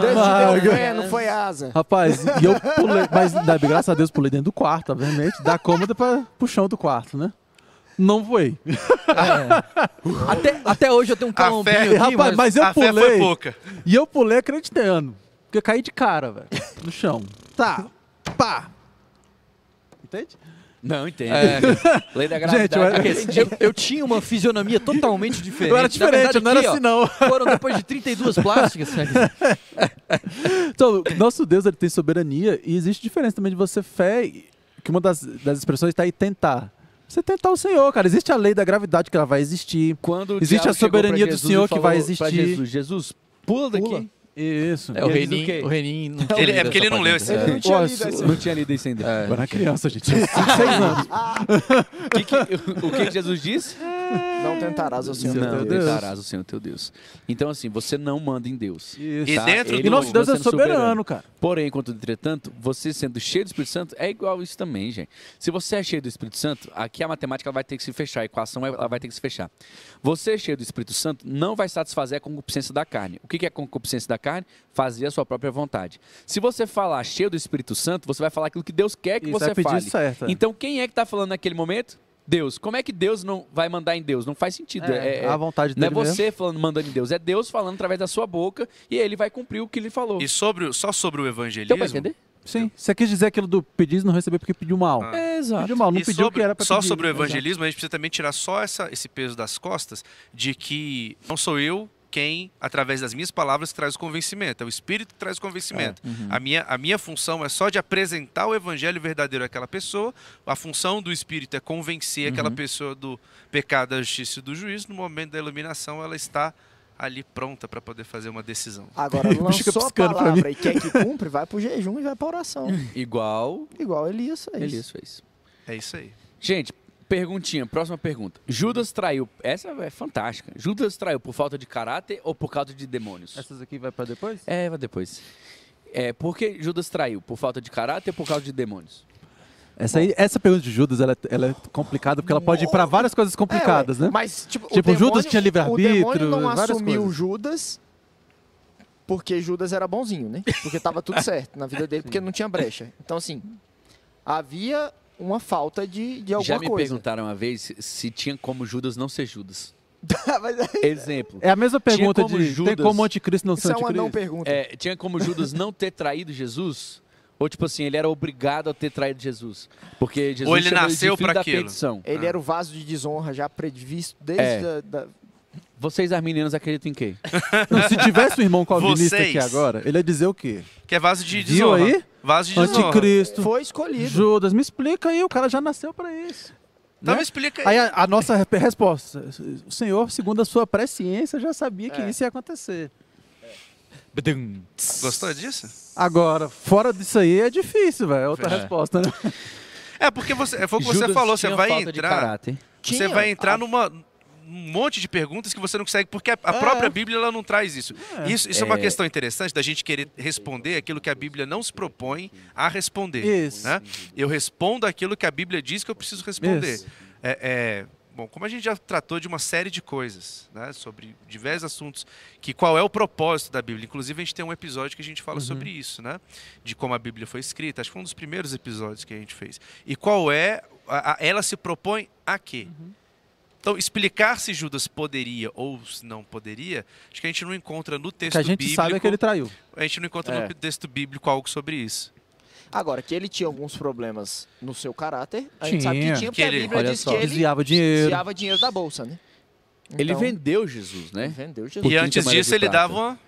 Speaker 2: Desde
Speaker 3: Vaga.
Speaker 2: deu fé, não foi asa.
Speaker 3: Rapaz, e eu pulei, mas ainda bem, graças a Deus pulei dentro do quarto, obviamente, da cômoda pra, pro chão do quarto, né? Não voei.
Speaker 5: Até, até hoje eu tenho um calombinho
Speaker 4: fé-
Speaker 5: aqui,
Speaker 3: Rapaz,
Speaker 5: mas...
Speaker 3: mas eu
Speaker 4: a fé foi
Speaker 3: pulei.
Speaker 4: pouca.
Speaker 3: E eu pulei acreditando. Porque eu caí de cara, velho, no chão. Tá, pá. Entende?
Speaker 1: Não, entendo.
Speaker 5: É.
Speaker 1: Lei da gravidade.
Speaker 3: Gente, eu era-
Speaker 1: aquele dia-
Speaker 5: Eu, eu tinha uma fisionomia totalmente diferente.
Speaker 3: Eu era
Speaker 5: Na verdade,
Speaker 3: diferente, eu não era
Speaker 5: aqui, ó,
Speaker 3: assim, não.
Speaker 5: Foram depois de 32 plásticas. sabe?
Speaker 3: Então, nosso Deus ele tem soberania e existe diferença também de você fé, e- que uma das, das expressões está aí tentar. Você tentar o Senhor, cara. Existe a lei da gravidade que ela vai existir.
Speaker 1: Quando o
Speaker 3: Existe
Speaker 1: diabo
Speaker 3: a
Speaker 1: chegou pra
Speaker 3: soberania do
Speaker 1: Jesus
Speaker 3: Senhor
Speaker 1: e
Speaker 3: que vai
Speaker 1: falou pra
Speaker 3: existir.
Speaker 1: Jesus, Jesus, pula daqui.
Speaker 3: Pula. Isso.
Speaker 5: É, o
Speaker 1: E eles o
Speaker 5: Renin,
Speaker 1: quê?
Speaker 5: o Renin não tinha
Speaker 4: Ele- é
Speaker 5: lido
Speaker 4: porque ele
Speaker 5: essa
Speaker 4: não leu
Speaker 5: parte
Speaker 4: esse-
Speaker 5: ainda.
Speaker 2: Ele não tinha
Speaker 3: Olha,
Speaker 2: lido
Speaker 3: su-
Speaker 2: essa.
Speaker 1: Não tinha lido isso ainda.
Speaker 3: Eu era criança, gente. Tinha 5, 6 anos.
Speaker 1: Que que- o que Jesus disse?
Speaker 2: Não tentarás o Senhor.
Speaker 3: teu
Speaker 1: Não,
Speaker 3: Deus.
Speaker 1: tentarás é o Senhor teu Deus. Então, assim, você não manda em Deus.
Speaker 3: Isso.
Speaker 4: E
Speaker 1: Tá?
Speaker 4: dentro
Speaker 1: Ele
Speaker 3: E nosso
Speaker 1: continua
Speaker 3: Deus é
Speaker 1: sendo
Speaker 3: soberano, cara.
Speaker 1: Porém, enquanto entretanto, você sendo cheio do Espírito Santo é igual isso também, gente. Se você é cheio do Espírito Santo, aqui a matemática ela vai ter que se fechar, a equação ela vai ter que se fechar. Você cheio do Espírito Santo não vai satisfazer a concupiscência da carne. O que que é a concupiscência da carne? Fazer a sua própria vontade. Se você falar cheio do Espírito Santo, você vai falar aquilo que Deus quer que
Speaker 3: Isso,
Speaker 1: você
Speaker 3: vai pedir
Speaker 1: fale.
Speaker 3: certo, é.
Speaker 1: Então, quem é que está falando naquele momento? Deus. Como é que Deus não vai mandar em Deus? Não faz
Speaker 3: Então,
Speaker 1: sentido. É- é-
Speaker 3: a vontade
Speaker 1: não é
Speaker 3: dele mesmo.
Speaker 1: você falando, mandando em Deus, é Deus falando através da sua boca e ele vai cumprir o que ele falou.
Speaker 4: E sobre, o- só sobre o
Speaker 3: é
Speaker 1: Deu
Speaker 4: evangelismo.
Speaker 1: pra entender?
Speaker 3: Sim. Você quis dizer aquilo do pedir e não receber porque pediu mal.
Speaker 4: Ah.
Speaker 1: É,
Speaker 3: Pediu mal, não
Speaker 4: E
Speaker 3: pediu o
Speaker 4: sobre-
Speaker 3: que era pra
Speaker 4: Só
Speaker 3: pedir.
Speaker 4: sobre o
Speaker 3: Exato.
Speaker 4: evangelismo, a gente precisa também tirar só essa- esse peso das costas de que não sou eu quem, através das minhas palavras, traz o convencimento. É o Espírito que traz
Speaker 3: É.
Speaker 4: o convencimento.
Speaker 3: Uhum.
Speaker 4: a, minha, a minha função é só de apresentar o evangelho verdadeiro àquela pessoa. A função do Espírito é
Speaker 3: Uhum.
Speaker 4: convencer aquela pessoa do pecado, da justiça e do juízo. No momento da iluminação, ela está ali pronta para poder fazer uma decisão.
Speaker 2: Agora,
Speaker 3: fica
Speaker 2: lançou a
Speaker 3: piscando pra mim. Hum.
Speaker 2: palavra e quer que cumpre, vai pro jejum e vai pra oração.
Speaker 1: Igual
Speaker 2: Igual Elias fez.
Speaker 1: Elias fez.
Speaker 4: É isso aí.
Speaker 1: Gente, perguntinha, próxima pergunta. Judas traiu. Essa é fantástica. Judas traiu por falta de caráter ou por causa de demônios?
Speaker 3: Essas aqui vai pra depois?
Speaker 1: É, vai depois. É, por que Judas traiu? Por falta de caráter ou por causa de demônios?
Speaker 3: Essa, aí, essa pergunta de Judas ela, ela é complicada, porque ela pode ir pra várias coisas
Speaker 2: É, ué,
Speaker 3: complicadas, né?
Speaker 2: Mas, tipo,
Speaker 3: Tipo,
Speaker 2: o demônio,
Speaker 3: Judas tinha livre-arbítrio,
Speaker 2: O demônio não
Speaker 3: várias
Speaker 2: assumiu
Speaker 3: coisas.
Speaker 2: Judas porque Judas era bonzinho, né? Porque tava tudo certo na vida dele, porque não tinha brecha. Então, assim, havia uma falta de, de alguma
Speaker 1: Já me
Speaker 2: coisa.
Speaker 1: perguntaram uma vez se- se tinha como Judas não ser Judas.
Speaker 2: Mas isso
Speaker 1: Exemplo.
Speaker 3: É a mesma pergunta
Speaker 1: como
Speaker 3: de
Speaker 1: Judas-
Speaker 3: tem como o anticristo não ser
Speaker 2: é uma não
Speaker 3: anticristo?
Speaker 2: pergunta.
Speaker 1: É, tinha como Judas não ter traído Jesus? Ou tipo assim, ele era obrigado a ter traído Jesus? Porque Jesus
Speaker 4: Ou ele
Speaker 1: chamou
Speaker 4: nasceu
Speaker 1: de filho
Speaker 4: pra
Speaker 1: da
Speaker 4: aquilo.
Speaker 1: perdição.
Speaker 2: Ele era o vaso de desonra já previsto desde
Speaker 1: É.
Speaker 2: a, da-
Speaker 1: Vocês, as meninas, acreditam em quê?
Speaker 3: Não, se tivesse um irmão calvinista aqui
Speaker 4: Vocês.
Speaker 3: agora, ele ia dizer o quê?
Speaker 4: Que é vaso de
Speaker 3: Viu
Speaker 4: desonra.
Speaker 3: aí?
Speaker 4: Vaso de desonra.
Speaker 3: Anticristo,
Speaker 2: Foi escolhido.
Speaker 3: Judas, me explica aí, o cara já nasceu pra isso.
Speaker 4: Então
Speaker 3: né?
Speaker 4: me explica aí.
Speaker 3: Aí a, a nossa re- resposta, o senhor, segundo a sua presciência, já sabia que isso ia acontecer.
Speaker 5: Bedum.
Speaker 4: Gostou disso?
Speaker 3: Agora, fora disso aí é difícil, velho, é outra
Speaker 5: É.
Speaker 3: resposta, né?
Speaker 4: É, porque você, foi o que você
Speaker 1: Judas
Speaker 4: falou, você
Speaker 1: tinha
Speaker 4: vai
Speaker 1: falta de
Speaker 4: entrar.
Speaker 1: caráter.
Speaker 4: Você
Speaker 2: Tinha.
Speaker 4: vai entrar
Speaker 2: Ah.
Speaker 4: numa um monte de perguntas que você não consegue, porque a, a própria Bíblia ela não traz isso. Isso, isso é. uma
Speaker 1: É.
Speaker 4: questão interessante da gente querer responder aquilo que a Bíblia não se propõe a responder.
Speaker 3: Isso.
Speaker 4: né? Eu respondo aquilo que a Bíblia diz que eu preciso responder.
Speaker 3: Isso.
Speaker 4: É, é, bom, como a gente já tratou de uma série de coisas, né, sobre diversos assuntos, que qual é o propósito da Bíblia? Inclusive a gente tem um episódio que a gente fala sobre isso, né, de como a Bíblia foi escrita. Acho que foi um dos primeiros episódios que a gente fez. E qual é? a- a- ela se propõe a quê?
Speaker 1: Uhum.
Speaker 4: Então, explicar se Judas poderia ou se não poderia, acho que a gente não encontra no
Speaker 3: O
Speaker 4: texto
Speaker 3: que a gente
Speaker 4: bíblico.
Speaker 3: sabe é que ele traiu.
Speaker 4: A gente não encontra
Speaker 1: É.
Speaker 4: no texto bíblico algo sobre isso.
Speaker 2: Agora, que ele tinha alguns problemas no seu caráter, a gente sabe
Speaker 3: Tinha.
Speaker 2: que tinha, porque
Speaker 4: Que
Speaker 2: a
Speaker 4: ele-
Speaker 2: Bíblia
Speaker 1: olha
Speaker 2: diz
Speaker 1: só.
Speaker 2: que ele
Speaker 3: Desviava dinheiro.
Speaker 2: desviava dinheiro da bolsa, né?
Speaker 1: Ele
Speaker 2: Então,
Speaker 1: vendeu Jesus, né?
Speaker 2: Vendeu Jesus.
Speaker 1: Por
Speaker 4: e
Speaker 1: 30
Speaker 4: antes
Speaker 1: moedas
Speaker 4: disso,
Speaker 1: de
Speaker 4: ele
Speaker 1: prata.
Speaker 4: dava uma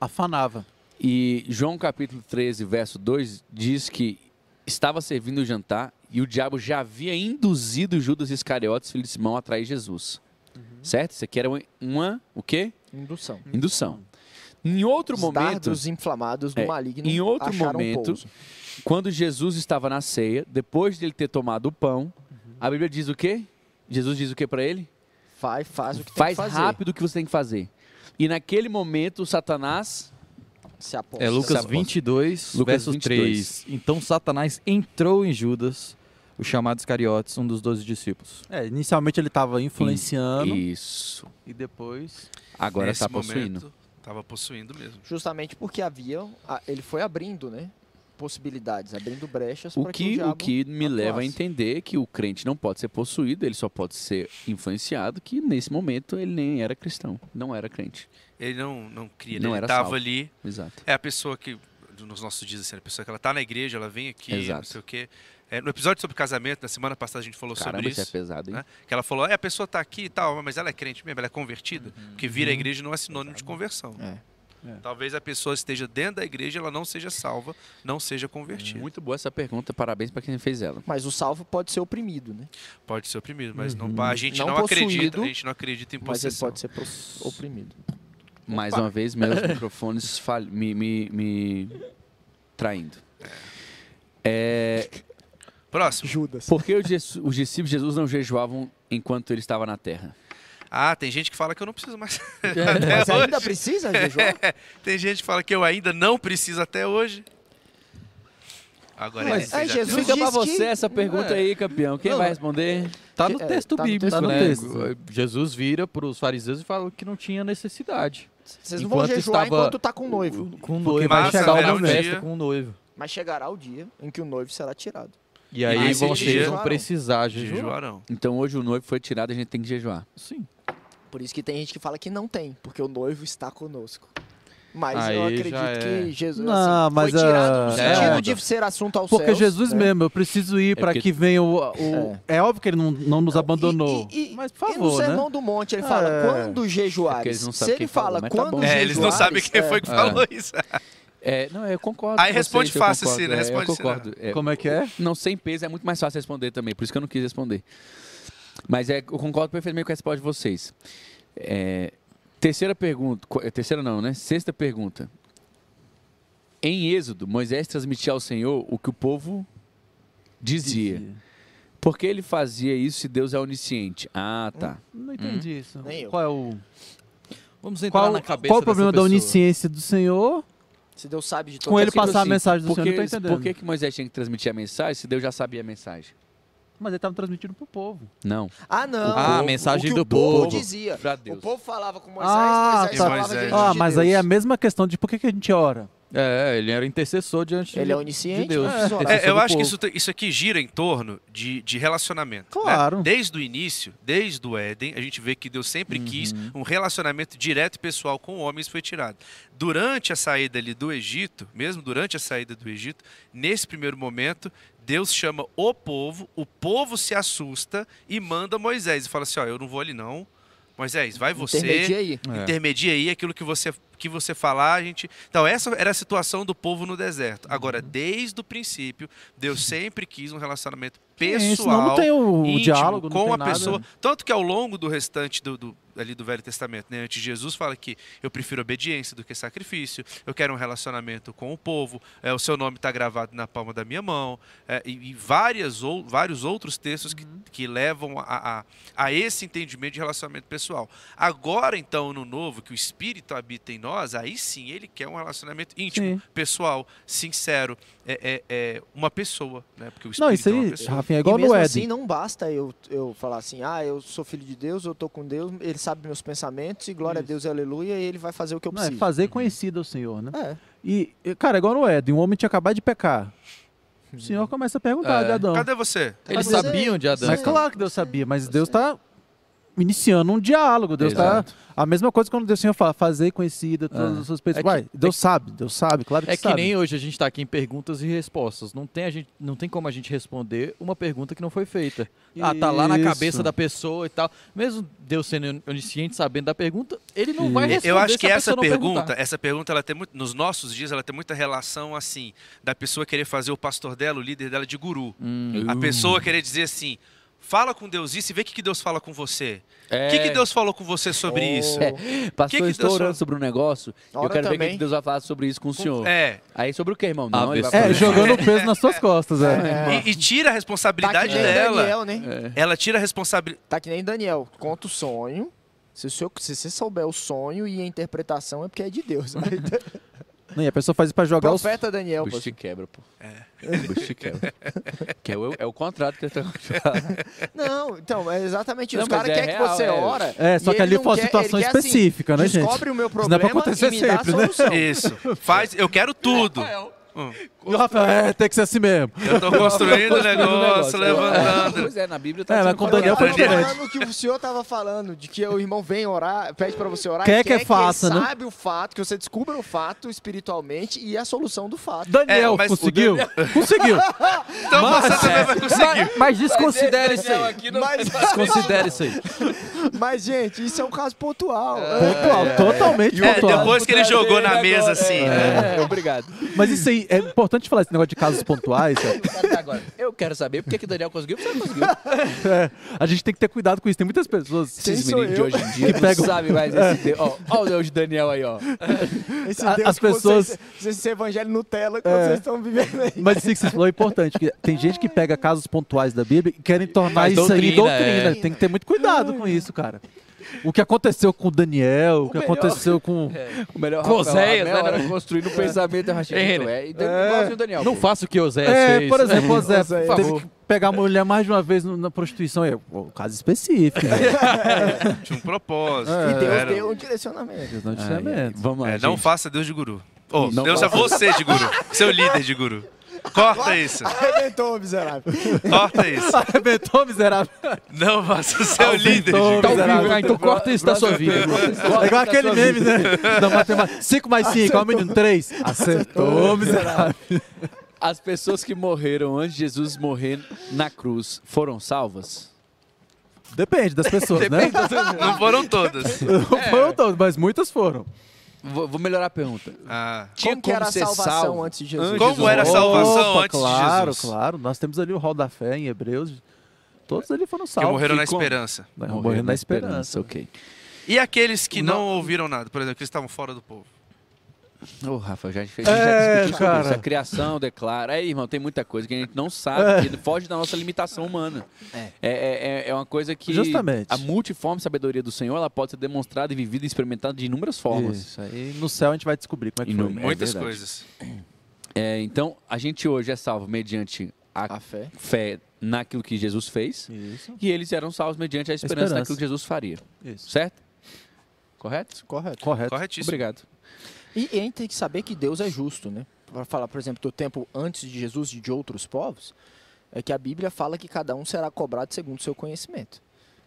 Speaker 3: Afanava.
Speaker 1: E João capítulo 13, verso 2 diz que estava servindo o jantar e o diabo já havia induzido Judas Iscariotes, filho de Simão, a trair Jesus. Certo? Isso aqui era uma, uma- o quê?
Speaker 2: Indução.
Speaker 1: Indução. Em outro
Speaker 2: Os
Speaker 1: momento,
Speaker 2: dardos inflamados do
Speaker 1: É,
Speaker 2: maligno
Speaker 1: em outro
Speaker 2: acharam
Speaker 1: momento,
Speaker 2: pouso.
Speaker 1: quando Jesus estava na ceia, depois dele ter tomado o pão, a Bíblia diz o quê? Jesus diz o quê para ele?
Speaker 2: Vai, faz o que
Speaker 1: Faz
Speaker 2: tem que fazer.
Speaker 1: rápido o que você tem que fazer. E naquele momento, Satanás
Speaker 2: Se aposta.
Speaker 5: É Lucas
Speaker 1: Sabe-
Speaker 5: 22,
Speaker 1: Lucas
Speaker 5: versos
Speaker 1: 22.
Speaker 5: 3. Então Satanás entrou em Judas, o chamado Iscariotes, um dos doze discípulos.
Speaker 3: É, inicialmente ele tava influenciando e,
Speaker 1: Isso.
Speaker 3: depois.
Speaker 1: Agora
Speaker 4: Nesse
Speaker 1: está possuindo.
Speaker 4: momento, Tava possuindo mesmo.
Speaker 2: Justamente porque havia, a- ele foi abrindo, né? Possibilidades, abrindo brechas
Speaker 1: O
Speaker 2: para que, o
Speaker 1: que, o
Speaker 2: diabo
Speaker 1: que me
Speaker 2: atuasse.
Speaker 1: leva a entender que o crente não pode ser possuído, ele só pode ser influenciado, que nesse momento ele nem era cristão, não era crente.
Speaker 4: Ele não, não cria,
Speaker 1: Não
Speaker 4: ele
Speaker 1: era
Speaker 4: estava
Speaker 1: salvo.
Speaker 4: ali.
Speaker 1: Exato.
Speaker 4: É a pessoa que, nos nossos dias, assim, a pessoa que ela tá na igreja, ela vem aqui, não
Speaker 1: Exato.
Speaker 4: sei o quê. É, no episódio sobre casamento, na semana passada a gente falou
Speaker 1: Caramba,
Speaker 4: sobre
Speaker 1: isso é
Speaker 4: isso.
Speaker 1: pesado, hein?
Speaker 4: né? Que ela falou, é, a pessoa tá aqui e tal, mas ela é crente mesmo, ela é convertida. Porque vir à igreja não é sinônimo de conversão.
Speaker 2: Uhum. É.
Speaker 3: É.
Speaker 4: Talvez a pessoa esteja dentro da igreja, ela não seja salva, não seja convertida.
Speaker 1: Muito boa essa pergunta, parabéns para quem fez ela.
Speaker 2: Mas o salvo pode ser oprimido, né?
Speaker 4: Pode ser oprimido, mas não, a gente
Speaker 2: Uhum. Não
Speaker 4: não, acredita,
Speaker 2: possuído,
Speaker 4: a gente não acredita em
Speaker 2: Mas ele
Speaker 4: possessão.
Speaker 2: pode ser pos- oprimido.
Speaker 1: Mais uma vez, meus microfones fal- me, me, me traindo. É,
Speaker 4: Próximo.
Speaker 2: Judas.
Speaker 1: por que os, Jesu- os discípulos de Jesus não jejuavam enquanto ele estava na terra?
Speaker 4: Ah, tem gente que fala que eu não preciso mais.
Speaker 2: Mas
Speaker 1: É,
Speaker 4: Até
Speaker 2: ainda
Speaker 4: hoje.
Speaker 2: precisa jejuar?
Speaker 4: Tem gente que fala que eu ainda não preciso até hoje. Agora
Speaker 2: Mas
Speaker 4: essa
Speaker 2: aí
Speaker 4: já
Speaker 2: Jesus
Speaker 1: Fica para
Speaker 2: diz que-
Speaker 1: você essa pergunta
Speaker 4: é.
Speaker 1: aí, campeão. Quem
Speaker 5: Não,
Speaker 1: vai responder?
Speaker 5: Tá no
Speaker 2: É,
Speaker 5: texto
Speaker 2: tá no
Speaker 5: bíblico,
Speaker 3: texto,
Speaker 5: né?
Speaker 3: tá no texto.
Speaker 5: Jesus vira para os fariseus e fala que não tinha necessidade.
Speaker 2: Vocês não vão
Speaker 5: Enquanto
Speaker 2: jejuar
Speaker 5: estava-
Speaker 2: enquanto tá com o noivo.
Speaker 5: Com o noivo.
Speaker 4: vai
Speaker 5: Vai
Speaker 4: massa,
Speaker 5: chegar
Speaker 4: chegar né,
Speaker 5: uma
Speaker 4: uma um festa dia-
Speaker 5: festa com o noivo.
Speaker 2: Mas chegará o dia em que o noivo será tirado.
Speaker 5: E aí
Speaker 4: Mas esse
Speaker 5: vocês
Speaker 4: dia-
Speaker 5: vão precisar jejuar.
Speaker 4: jejuarão.
Speaker 1: Então hoje o noivo foi tirado, a gente tem que jejuar.
Speaker 5: Sim.
Speaker 2: Por isso que tem gente que fala que não tem, porque o noivo está conosco. Mas
Speaker 5: Aí
Speaker 2: eu
Speaker 5: já
Speaker 2: acredito
Speaker 5: é.
Speaker 2: que Jesus
Speaker 3: Não,
Speaker 2: assim,
Speaker 3: mas,
Speaker 2: foi tirado no
Speaker 3: ah,
Speaker 5: é
Speaker 2: sentido
Speaker 5: onda.
Speaker 2: de ser assunto aos
Speaker 3: Porque
Speaker 2: céus.
Speaker 3: Jesus
Speaker 2: né?
Speaker 3: mesmo, eu preciso ir pra
Speaker 1: porque-
Speaker 3: que venha o. o- é. óbvio que ele não, não nos abandonou.
Speaker 2: E, e, e,
Speaker 3: mas, por
Speaker 2: e no
Speaker 3: favor, né?
Speaker 2: Sermão do Monte ele fala,
Speaker 3: É.
Speaker 2: quando
Speaker 1: É porque
Speaker 2: jejuares,
Speaker 1: eles não
Speaker 2: se
Speaker 1: sabem
Speaker 2: ele
Speaker 1: quem falou,
Speaker 2: fala,
Speaker 1: mas tá
Speaker 2: quando
Speaker 1: bom.
Speaker 4: É,
Speaker 2: jejuares...
Speaker 4: eles não sabem quem foi que
Speaker 1: é.
Speaker 4: falou isso.
Speaker 1: É, não, eu concordo.
Speaker 4: Aí
Speaker 1: com vocês,
Speaker 4: responde
Speaker 1: eu
Speaker 4: fácil,
Speaker 1: concordo,
Speaker 4: Ciro,
Speaker 1: é,
Speaker 4: responde,
Speaker 1: Eu
Speaker 4: Ciro.
Speaker 1: concordo. é.
Speaker 3: Como é que é?
Speaker 1: Não, sem peso é muito mais fácil responder também, por isso que eu não quis responder. Mas é, eu concordo perfeitamente com a resposta de vocês. É, Terceira pergunta. qu- eh, Terceira não, né? Sexta pergunta. Em Êxodo, Moisés transmitia ao Senhor o que o povo dizia. Por que ele fazia isso se Deus é onisciente? Ah, tá.
Speaker 3: Não entendi isso.
Speaker 2: Nem eu.
Speaker 3: Qual é o,
Speaker 5: Vamos entrar
Speaker 3: qual,
Speaker 5: na cabeça
Speaker 3: qual o problema
Speaker 5: dessa
Speaker 3: da
Speaker 5: pessoa.
Speaker 3: onisciência do Senhor
Speaker 2: Se Deus sabe de
Speaker 3: com
Speaker 2: todas
Speaker 3: ele
Speaker 2: as coisas.
Speaker 3: passar a mensagem do
Speaker 1: Por,
Speaker 3: Senhor? Hum, Não tô
Speaker 1: que,
Speaker 3: entendendo.
Speaker 1: por que, que Moisés tinha que transmitir a mensagem se Deus já sabia a mensagem?
Speaker 3: Mas ele estava transmitindo pro povo.
Speaker 1: Não.
Speaker 2: Ah, não.
Speaker 5: Ah, a
Speaker 2: O-
Speaker 5: mensagem
Speaker 2: o que
Speaker 5: do
Speaker 2: O
Speaker 5: povo.
Speaker 2: povo dizia.
Speaker 1: Pra
Speaker 2: O
Speaker 1: Deus.
Speaker 2: povo falava com Moisés,
Speaker 3: Ah,
Speaker 2: Moisés
Speaker 4: tá.
Speaker 2: falava
Speaker 4: Moisés.
Speaker 2: diante
Speaker 3: Ah,
Speaker 2: de
Speaker 3: mas
Speaker 2: Deus.
Speaker 3: aí é a mesma questão de por que, que a gente ora.
Speaker 5: É, ele era intercessor diante
Speaker 2: Ele é
Speaker 5: de-
Speaker 2: onisciente, né?
Speaker 5: de Deus.
Speaker 2: mas precisa orar.
Speaker 5: intercessor
Speaker 4: É, eu
Speaker 5: do
Speaker 4: acho que
Speaker 5: povo.
Speaker 4: isso, te- isso aqui gira em torno de, de relacionamento. né?
Speaker 3: Claro.
Speaker 4: Desde o início, desde o Éden, a gente vê que Deus sempre quis
Speaker 5: Uhum.
Speaker 4: um relacionamento direto e pessoal com homens foi tirado. Durante a saída ali do Egito, mesmo durante a saída do Egito, nesse primeiro momento, Deus chama o povo, o povo se assusta e manda Moisés e fala assim: ó, eu não vou ali não. Moisés, vai você
Speaker 2: Intermedia aí.
Speaker 5: É.
Speaker 4: intermedia aí aquilo que você que você falar, a gente. Então, essa era a situação do povo no deserto. Agora,
Speaker 3: Uhum.
Speaker 4: desde o princípio, Deus sempre quis um relacionamento
Speaker 3: Sim, É, senão não
Speaker 4: pessoal
Speaker 3: tem o, o
Speaker 4: íntimo
Speaker 3: diálogo, não
Speaker 4: com
Speaker 3: tem
Speaker 4: a
Speaker 3: nada.
Speaker 4: pessoa. Tanto que ao longo do restante do, do- ali do Velho Testamento, né, antes de Jesus fala que eu prefiro obediência do que sacrifício, eu quero um relacionamento com o povo, é, o seu nome está gravado na palma da minha mão, é, e, e várias ou, vários outros textos que,
Speaker 3: Uhum.
Speaker 4: que levam a, a, a esse entendimento de relacionamento pessoal. Agora, então, no novo, que o Espírito habita em nós, aí sim ele quer um relacionamento íntimo,
Speaker 3: Sim.
Speaker 4: pessoal, sincero, é, é- é uma pessoa, né? Porque o Espírito
Speaker 3: Não, isso
Speaker 4: é uma
Speaker 3: aí,
Speaker 4: pessoa.
Speaker 3: Rafinha, é
Speaker 2: e
Speaker 3: igual
Speaker 2: mesmo
Speaker 3: no Éden.
Speaker 2: assim, não basta eu, eu falar assim, ah, eu sou filho de Deus, eu tô com Deus, ele sabe meus pensamentos, e glória a
Speaker 3: Isso.
Speaker 2: Deus e aleluia, e ele vai fazer o que eu
Speaker 3: Não, é
Speaker 2: preciso.
Speaker 3: fazer conhecido ao Senhor, né?
Speaker 2: É.
Speaker 3: E, e, cara, é igual no Éden, um homem tinha acabado de pecar. O Senhor começa a perguntar
Speaker 5: É.
Speaker 3: de Adão.
Speaker 4: Cadê você?
Speaker 5: Eles
Speaker 2: Mas é-
Speaker 5: sabiam de Adão.
Speaker 3: Mas claro que Deus sabia, mas Deus está iniciando um diálogo. Deus está
Speaker 5: Exato.
Speaker 3: a mesma coisa quando Deus Senhor fala, fazer conhecida todas
Speaker 5: É.
Speaker 3: as suas peitos.
Speaker 5: É que-
Speaker 3: Uai, Deus sabe, Deus sabe, claro que
Speaker 5: É que
Speaker 3: sabe.
Speaker 5: nem hoje a gente está aqui em perguntas e respostas. Não tem, a gente, não tem como a gente responder uma pergunta que não foi feita. Ah, tá lá na
Speaker 3: Isso.
Speaker 5: cabeça da pessoa e tal. Mesmo Deus sendo onisciente, sabendo da pergunta, ele não vai
Speaker 3: Isso.
Speaker 5: responder.
Speaker 4: Eu acho
Speaker 5: se
Speaker 4: que
Speaker 5: a
Speaker 4: essa
Speaker 5: pessoa não perguntar. É
Speaker 4: pergunta, essa pergunta, ela tem muito, nos nossos dias, ela tem muita relação assim da pessoa querer fazer o pastor dela, o líder dela, de guru.
Speaker 1: Hum. Uhum.
Speaker 4: A pessoa querer dizer assim. Fala com Deus isso e vê o que, que Deus fala com você.
Speaker 1: É.
Speaker 4: O que, que Deus falou com você sobre isso?
Speaker 1: Pastor,
Speaker 4: que que
Speaker 1: estou
Speaker 4: Deus
Speaker 1: orando
Speaker 4: fala?
Speaker 1: sobre um negócio e eu
Speaker 2: Ora
Speaker 1: quero ver o que que
Speaker 2: É. também.
Speaker 1: Deus vai falar sobre isso com o senhor.
Speaker 4: É.
Speaker 1: Aí sobre o que, irmão? Não, ele vai
Speaker 5: É,
Speaker 1: falar-
Speaker 3: É, jogando o peso nas suas costas, é.
Speaker 4: E, e tira a
Speaker 2: Tá que
Speaker 4: responsabilidade
Speaker 2: nem
Speaker 4: dela.
Speaker 2: Daniel,
Speaker 1: É.
Speaker 2: né?
Speaker 4: Ela tira a responsabilidade.
Speaker 2: Tá que nem Daniel. Conta o sonho. Se, o senhor, se você souber o sonho e a interpretação é porque é de Deus.
Speaker 3: Não, E a pessoa faz isso pra jogar os...
Speaker 2: Profeta Daniel.
Speaker 1: O
Speaker 2: pô.
Speaker 1: bicho te quebra, pô. É. O bicho te quebra. que é, o, é o contrato que eu tô
Speaker 2: Não, então, é exatamente
Speaker 1: Não,
Speaker 2: isso. O cara
Speaker 1: mas é
Speaker 2: quer que
Speaker 1: real,
Speaker 2: você
Speaker 1: é.
Speaker 2: ora.
Speaker 3: É, só
Speaker 2: e
Speaker 3: que
Speaker 2: ele
Speaker 3: ali
Speaker 2: não
Speaker 3: foi uma
Speaker 2: quer-
Speaker 3: situação
Speaker 2: ele quer assim,
Speaker 3: específica, né, gente?
Speaker 2: Descobre o meu
Speaker 3: não é pra
Speaker 2: problema
Speaker 3: acontecer
Speaker 2: e me dá a
Speaker 3: sempre, né?
Speaker 2: solução.
Speaker 4: Isso. Faz. Eu quero tudo.
Speaker 3: É,
Speaker 1: é,
Speaker 3: E o Rafael, é, tem que ser assim mesmo.
Speaker 4: Eu tô construindo o negócio, É, levantando.
Speaker 1: Pois é, na Bíblia tá
Speaker 3: É, mas
Speaker 1: dizendo
Speaker 3: com
Speaker 1: que
Speaker 3: Daniel
Speaker 2: Eu
Speaker 3: foi
Speaker 2: tava
Speaker 4: Daniel.
Speaker 2: falando o que o senhor tava falando, de que o irmão vem orar, pede pra você orar.
Speaker 3: Quer
Speaker 2: e
Speaker 3: que é faça, né?
Speaker 2: sabe o fato, que você descubra o fato espiritualmente e a solução do fato.
Speaker 3: Daniel,
Speaker 4: mas o
Speaker 3: conseguiu? Conseguiu.
Speaker 4: Então você também vai conseguir.
Speaker 5: Mas desconsidera isso aí.
Speaker 2: Mas,
Speaker 5: Desconsidera isso aí.
Speaker 2: mas, gente, isso é um caso pontual.
Speaker 3: é Pontual, totalmente
Speaker 4: É,
Speaker 3: pontual.
Speaker 4: depois que ele jogou na mesa assim, né?
Speaker 1: É, obrigado.
Speaker 3: Mas isso aí, é importante falar esse negócio de casos pontuais, é. sabe?
Speaker 1: agora. Eu quero saber por que que o Daniel conseguiu, porque ele conseguiu.
Speaker 3: A gente tem que ter cuidado com isso. Tem muitas pessoas. assim,
Speaker 1: Esses
Speaker 2: sou
Speaker 1: meninos de
Speaker 2: eu?
Speaker 1: hoje em dia não
Speaker 3: pegam-
Speaker 1: sabem mais esse
Speaker 3: É.
Speaker 1: Deus. Ó, ó o Deus de Daniel aí, ó.
Speaker 2: Esse
Speaker 3: A-
Speaker 2: Deus
Speaker 3: as
Speaker 2: que
Speaker 3: pessoas- É.
Speaker 2: Vocês, vocês esse evangelho Nutella que vocês estão vivendo aí.
Speaker 3: Mas isso que você falou é importante. Que tem gente que pega casos pontuais da Bíblia e querem tornar
Speaker 5: Faz
Speaker 3: isso aí
Speaker 5: doutrina,
Speaker 3: doutrina.
Speaker 5: é.
Speaker 3: Tem que ter muito cuidado com isso, cara. O que aconteceu com o Daniel, o que
Speaker 1: melhor-
Speaker 3: aconteceu com.
Speaker 1: O melhor
Speaker 5: Com
Speaker 3: é,
Speaker 1: Rafael
Speaker 5: Oséias,
Speaker 1: Abel
Speaker 5: né?
Speaker 1: era construindo o pensamento da
Speaker 5: É,
Speaker 1: Rachidinho.
Speaker 5: né?
Speaker 1: É, e Dan- igualzinho o Daniel.
Speaker 5: Não
Speaker 1: pô.
Speaker 5: faça o que Oséias
Speaker 3: É,
Speaker 5: fez.
Speaker 3: por exemplo, o Zé
Speaker 2: Zé, por
Speaker 3: teve
Speaker 2: favor.
Speaker 3: que pegar a mulher mais de uma vez no- na prostituição. É um caso específico. Né?
Speaker 4: Tinha um propósito.
Speaker 3: É.
Speaker 2: E Deus
Speaker 4: era-
Speaker 2: deu um direcionamento.
Speaker 3: Deus não te
Speaker 1: Ai, ai,
Speaker 3: chamento.
Speaker 1: Vamos lá,
Speaker 4: É, não
Speaker 1: gente.
Speaker 4: faça Deus de guru. Ô,
Speaker 1: Não
Speaker 4: Deus é
Speaker 1: faça.
Speaker 4: você de guru. Seu líder de guru. Corta isso.
Speaker 2: Arrebentou, miserável.
Speaker 4: Corta isso.
Speaker 3: Arrebentou, miserável.
Speaker 4: Não faça o seu líder de
Speaker 3: Aumentou,
Speaker 4: guru.
Speaker 5: Tá ao
Speaker 3: miserável.
Speaker 5: vivo, ah, então corta isso da sua vida.
Speaker 3: É igual aquele meme, né? Da matemática. 5 mais 5, igual menino 3. Acertou, miserável.
Speaker 1: As pessoas que morreram antes de Jesus morrer na cruz foram salvas?
Speaker 3: Depende das pessoas, né?
Speaker 4: Não foram todas.
Speaker 3: Não foram todas, mas muitas foram.
Speaker 1: Vou, vou melhorar a pergunta.
Speaker 4: Ah,
Speaker 1: Tinha
Speaker 2: Como que era a salvação antes de Jesus?
Speaker 1: antes
Speaker 4: Como
Speaker 1: de
Speaker 4: era a
Speaker 1: morrer?
Speaker 4: salvação antes de
Speaker 3: claro,
Speaker 4: Jesus.
Speaker 3: Claro, Nós temos ali o hall da fé em Hebreus. Todos ali foram
Speaker 4: que
Speaker 3: salvos.
Speaker 4: morreram na
Speaker 1: e como?
Speaker 4: esperança.
Speaker 3: Morreram na esperança.
Speaker 1: ok.
Speaker 4: E aqueles que não,
Speaker 3: Não.
Speaker 4: ouviram nada, por exemplo, que estavam fora do povo.
Speaker 1: Ô, Rafa, já, a gente
Speaker 3: É,
Speaker 1: já discutiu sobre
Speaker 3: cara.
Speaker 1: isso. A criação, declara. É, irmão, tem muita coisa que a gente não
Speaker 3: É.
Speaker 1: sabe, que foge da nossa limitação humana.
Speaker 2: É.
Speaker 1: É, é, é uma coisa que.
Speaker 3: Justamente.
Speaker 1: A multiforme sabedoria do Senhor ela pode ser demonstrada, e vivida e experimentada de inúmeras formas.
Speaker 3: Isso aí no céu a gente vai descobrir como é que
Speaker 1: E no-
Speaker 3: foi.
Speaker 1: É
Speaker 4: Muitas
Speaker 1: verdade.
Speaker 4: coisas.
Speaker 1: É, então, a gente hoje é salvo mediante a
Speaker 2: A fé.
Speaker 1: fé naquilo que Jesus fez,
Speaker 3: Isso,
Speaker 1: e eles eram salvos mediante a esperança,
Speaker 3: Esperança.
Speaker 1: daquilo que Jesus faria.
Speaker 3: isso.
Speaker 1: Certo? Correto?
Speaker 2: Correto.
Speaker 3: Correto.
Speaker 4: Corretíssimo.
Speaker 1: Obrigado.
Speaker 2: E, e a gente tem que saber que Deus é justo, né? Para falar, por exemplo, do tempo antes de Jesus e de outros povos, é que a Bíblia fala que cada um será cobrado segundo o seu conhecimento.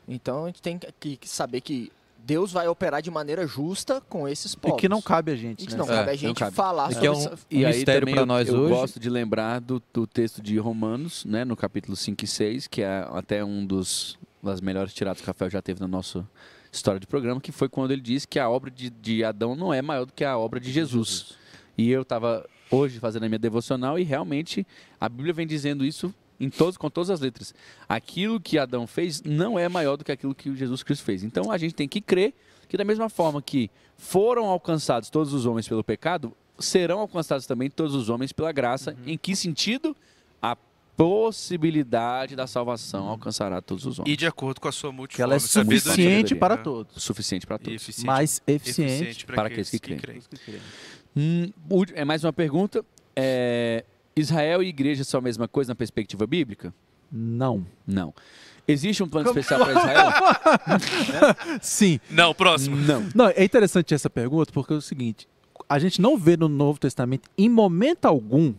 Speaker 2: Então a gente tem que que saber que Deus vai operar de maneira justa com esses
Speaker 3: E
Speaker 2: povos.
Speaker 3: que não cabe a
Speaker 2: E
Speaker 3: gente,
Speaker 2: que
Speaker 3: né?
Speaker 2: não
Speaker 5: É,
Speaker 2: cabe a
Speaker 1: não
Speaker 2: gente
Speaker 1: cabe.
Speaker 2: falar
Speaker 5: É que
Speaker 2: sobre
Speaker 5: é
Speaker 2: essa-
Speaker 1: E
Speaker 5: Um
Speaker 1: aí
Speaker 5: mistério
Speaker 1: também
Speaker 5: pra
Speaker 1: eu-
Speaker 5: nós
Speaker 1: eu,
Speaker 5: hoje.
Speaker 1: gosto de lembrar do, do texto de Romanos, né, no capítulo 5 e 6, que é até um dos das melhores tiradas que o Rafael já teve na nossa história de programa, que foi quando ele disse que a obra de, de Adão não é maior do que a obra de Jesus. E eu estava hoje fazendo a minha devocional e realmente a Bíblia vem dizendo isso em todos, com todas as letras. Aquilo que Adão fez não é maior do que aquilo que o Jesus Cristo fez. Então a gente tem que crer que da mesma forma que foram alcançados todos os homens pelo pecado, serão alcançados também todos os homens pela graça.
Speaker 4: Uhum.
Speaker 1: Em que sentido? A possibilidade da salvação alcançará todos os homens.
Speaker 4: E de acordo com a sua
Speaker 3: Que
Speaker 4: multiforme
Speaker 3: ela é
Speaker 4: sabedoria,
Speaker 3: suficiente
Speaker 4: né?
Speaker 3: para todos.
Speaker 1: O suficiente para
Speaker 4: E
Speaker 1: todos.
Speaker 4: eficiente,
Speaker 3: Mais eficiente.
Speaker 4: eficiente para,
Speaker 1: para
Speaker 4: aqueles que,
Speaker 1: aqueles que creem.
Speaker 4: creem.
Speaker 1: Hum, ulti- é mais uma pergunta. É, Israel e igreja são a mesma coisa na perspectiva bíblica?
Speaker 3: Não.
Speaker 1: Não. Existe um plano especial para Israel?
Speaker 3: Sim.
Speaker 4: Não, próximo.
Speaker 1: Não.
Speaker 3: Não, é interessante essa pergunta porque é o seguinte: a gente não vê no Novo Testamento, em momento algum,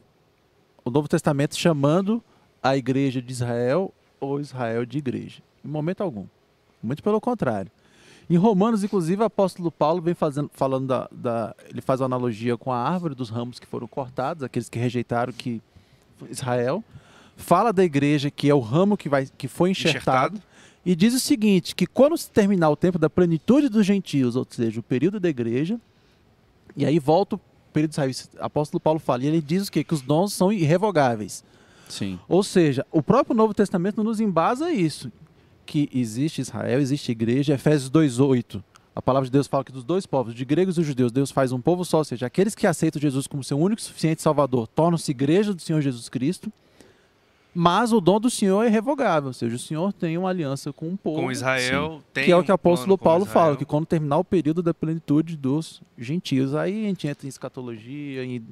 Speaker 3: o Novo Testamento chamando a igreja de Israel ou Israel de igreja. Em momento algum. Muito pelo contrário. Em Romanos, inclusive, o apóstolo Paulo vem fazendo, falando da, da- Ele faz uma analogia com a árvore dos ramos que foram cortados, aqueles que rejeitaram que Israel. Fala da igreja, que é o ramo que, vai, que foi enxertado.
Speaker 4: Enxertado.
Speaker 3: E diz o seguinte: que quando se terminar o tempo da plenitude dos gentios, ou seja, o período da igreja, e aí volta o período de Israel, o apóstolo Paulo fala, e ele diz o quê? Que os dons são irrevogáveis.
Speaker 1: Sim.
Speaker 3: Ou seja, o próprio Novo Testamento nos embasa isso. Que existe Israel, existe igreja, Efésios 2,8. A palavra de Deus fala que dos dois povos, de gregos e judeus, Deus faz um povo só, ou seja, aqueles que aceitam Jesus como seu único e suficiente Salvador tornam-se igreja do Senhor Jesus Cristo. Mas o dom do Senhor é irrevogável, ou seja, o Senhor tem uma aliança com o povo.
Speaker 4: Com Israel tem
Speaker 3: Que é o que o
Speaker 4: um plano
Speaker 3: apóstolo
Speaker 4: com
Speaker 3: Paulo
Speaker 4: Israel.
Speaker 3: fala, que quando terminar o período da plenitude dos gentios, aí a gente entra em escatologia, em,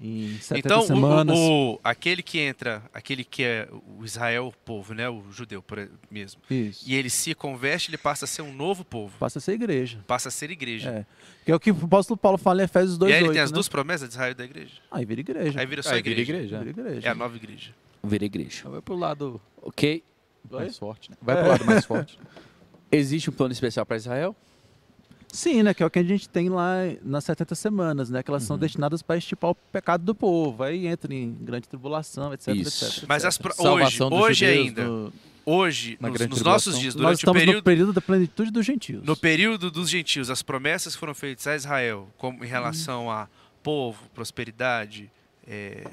Speaker 3: em 70
Speaker 4: Então, o-
Speaker 3: semanas.
Speaker 4: o, o- aquele que entra, aquele que é o Israel, o povo, né, o judeu por exemplo, mesmo,
Speaker 3: Isso.
Speaker 4: e ele se converte, ele passa a ser um novo povo,
Speaker 3: Passa a ser igreja.
Speaker 4: passa a ser igreja.
Speaker 3: É, Que é o que o apóstolo Paulo fala em Efésios 2,8.
Speaker 4: e aí ele tem as
Speaker 3: né?
Speaker 4: duas promessas de Israel e da igreja.
Speaker 3: Aí vira igreja.
Speaker 4: Aí vira só igreja.
Speaker 3: Vira igreja.
Speaker 4: É a nova igreja.
Speaker 1: Ver a igreja.
Speaker 5: Vai pro lado
Speaker 1: Ok.
Speaker 5: mais forte, né? Vai pro lado mais forte.
Speaker 1: Existe um plano especial para Israel?
Speaker 3: Sim, né? Que é o que a gente tem lá nas 70 semanas, né? Que elas
Speaker 4: Uhum.
Speaker 3: são destinadas para estipar o pecado do povo. Aí entra em grande tribulação, etc,
Speaker 1: Isso.
Speaker 3: etc.
Speaker 4: Mas assim,
Speaker 3: etc.
Speaker 4: as pro- hoje,
Speaker 5: Salvação dos
Speaker 4: hoje
Speaker 5: judeus
Speaker 4: ainda,
Speaker 5: no-
Speaker 4: hoje,
Speaker 5: na
Speaker 4: nos,
Speaker 5: grande
Speaker 4: nos nossos
Speaker 5: tribulação.
Speaker 4: dias,
Speaker 3: Nós
Speaker 4: durante o
Speaker 3: estamos no
Speaker 4: período,
Speaker 3: período da plenitude dos gentios.
Speaker 4: no período dos gentios, as promessas que foram feitas a Israel, como em relação a povo, prosperidade, é,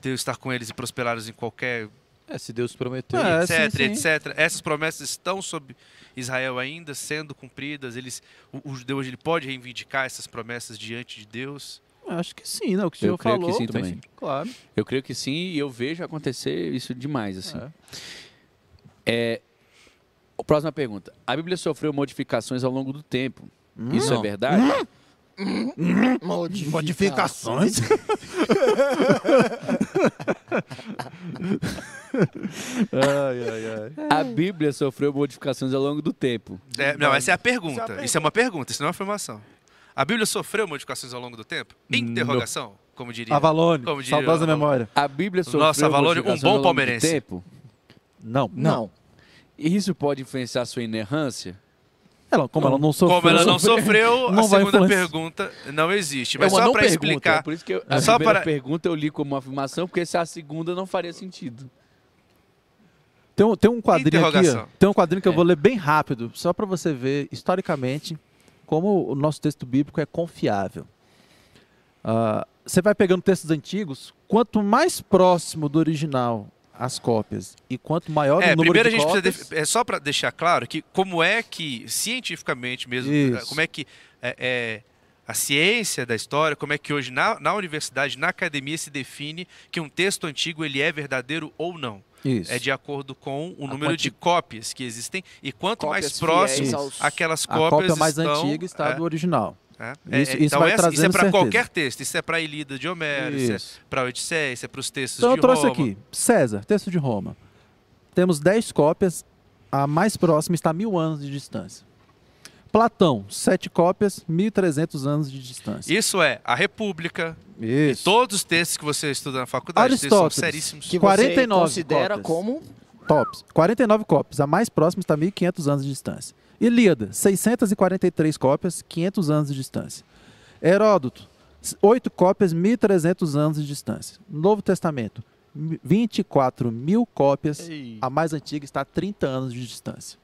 Speaker 4: Deus estar com eles e prosperá-los em qualquer
Speaker 5: É, se Deus prometeu.
Speaker 3: É,
Speaker 4: etc,
Speaker 3: sim, sim.
Speaker 4: etc. Essas promessas estão sob Israel ainda sendo cumpridas. Eles, o, o judeu hoje ele pode reivindicar essas promessas diante de Deus.
Speaker 3: Eu Acho que sim, né? O que o
Speaker 1: Eu
Speaker 3: senhor
Speaker 1: creio que
Speaker 3: falou.
Speaker 1: sim também.
Speaker 3: Claro.
Speaker 1: Eu creio que sim, e eu vejo acontecer isso demais, assim.
Speaker 3: É.
Speaker 1: Ó, Próxima pergunta. A Bíblia sofreu modificações ao longo do tempo. Isso é verdade?
Speaker 2: Modificações?
Speaker 1: A Bíblia sofreu modificações ao longo do tempo.
Speaker 4: É, não, essa é a pergunta.
Speaker 2: Isso é a
Speaker 4: Isso é uma pergunta, isso não é uma afirmação. A Bíblia sofreu modificações ao longo do tempo? Interrogação, como diria.
Speaker 3: Avalone,
Speaker 4: Como diria
Speaker 3: saudosa
Speaker 4: o Avalone.
Speaker 3: memória.
Speaker 1: A Bíblia sofreu
Speaker 4: Nossa, Valônio, um
Speaker 1: modificações
Speaker 4: bom
Speaker 1: ao longo do
Speaker 4: palmeirense.
Speaker 1: tempo.
Speaker 3: Não,
Speaker 5: um-
Speaker 2: Não.
Speaker 1: E isso pode influenciar a sua inerrância?
Speaker 3: Ela, como ela não sofreu.
Speaker 4: Como ela não
Speaker 3: sofreu-
Speaker 4: sofreu, a
Speaker 3: Não vai
Speaker 4: segunda
Speaker 3: influenciar.
Speaker 4: pergunta não existe.
Speaker 1: é
Speaker 4: Mas
Speaker 1: uma
Speaker 4: Tipo, só
Speaker 1: não
Speaker 4: para
Speaker 1: pergunta.
Speaker 4: explicar.
Speaker 1: é Por isso que eu- a
Speaker 4: Só
Speaker 1: primeira
Speaker 4: para-
Speaker 1: pergunta eu li como uma afirmação, porque se a segunda não faria sentido.
Speaker 3: Tem um, tem um quadrinho aqui, ó.
Speaker 4: Interrogação.
Speaker 3: tem um quadrinho que eu
Speaker 1: É.
Speaker 3: vou ler bem rápido, só para você ver historicamente como o nosso texto bíblico é confiável. Ah, você vai pegando textos antigos, quanto mais próximo do original as cópias. E quanto maior
Speaker 4: É,
Speaker 3: o número
Speaker 4: primeiro
Speaker 3: de
Speaker 4: a gente
Speaker 3: cópias...
Speaker 4: precisa. def- É só para deixar claro que como é que, cientificamente mesmo,
Speaker 3: Isso.
Speaker 4: como é que é, é, a ciência da história, como é que hoje na, na universidade, na academia, se define que um texto antigo ele é verdadeiro ou não.
Speaker 3: Isso.
Speaker 4: É de acordo com o
Speaker 3: A
Speaker 4: número de cópias que existem e quanto mais
Speaker 2: Cópias
Speaker 4: próximo
Speaker 2: fiéis
Speaker 3: aos-
Speaker 4: aquelas
Speaker 3: A cópia
Speaker 4: cópias
Speaker 3: mais
Speaker 4: estão,
Speaker 3: antiga está
Speaker 4: é,
Speaker 3: do original.
Speaker 4: é, é,
Speaker 3: Isso- isso
Speaker 4: então
Speaker 3: vai
Speaker 4: essa- isso é
Speaker 3: trazendo
Speaker 4: para
Speaker 3: certeza.
Speaker 4: qualquer texto, isso é para a Ilíada de Homero, isso, é
Speaker 3: Isso.
Speaker 4: para a Odisseia, isso é para os textos
Speaker 3: Então
Speaker 4: de
Speaker 3: eu trouxe
Speaker 4: Roma.
Speaker 3: aqui, César, texto de Roma. Temos 10 cópias, a mais próxima está a mil anos de distância. Platão, 7 cópias, 1.300 anos de distância.
Speaker 4: Isso é a República,
Speaker 3: Isso.
Speaker 4: Todos os textos que você estuda na faculdade, os textos são
Speaker 3: Aristóteles.
Speaker 4: seríssimos.
Speaker 2: Que
Speaker 3: 49
Speaker 2: você considera
Speaker 3: cópias.
Speaker 2: como
Speaker 3: Tops. 49 cópias, a mais próxima está a 1.500 anos de distância. Ilíada, 643 cópias, 500 anos de distância. Heródoto, 8 cópias, 1.300 anos de distância. Novo Testamento, 24 mil cópias, a mais antiga está a 30 anos de distância.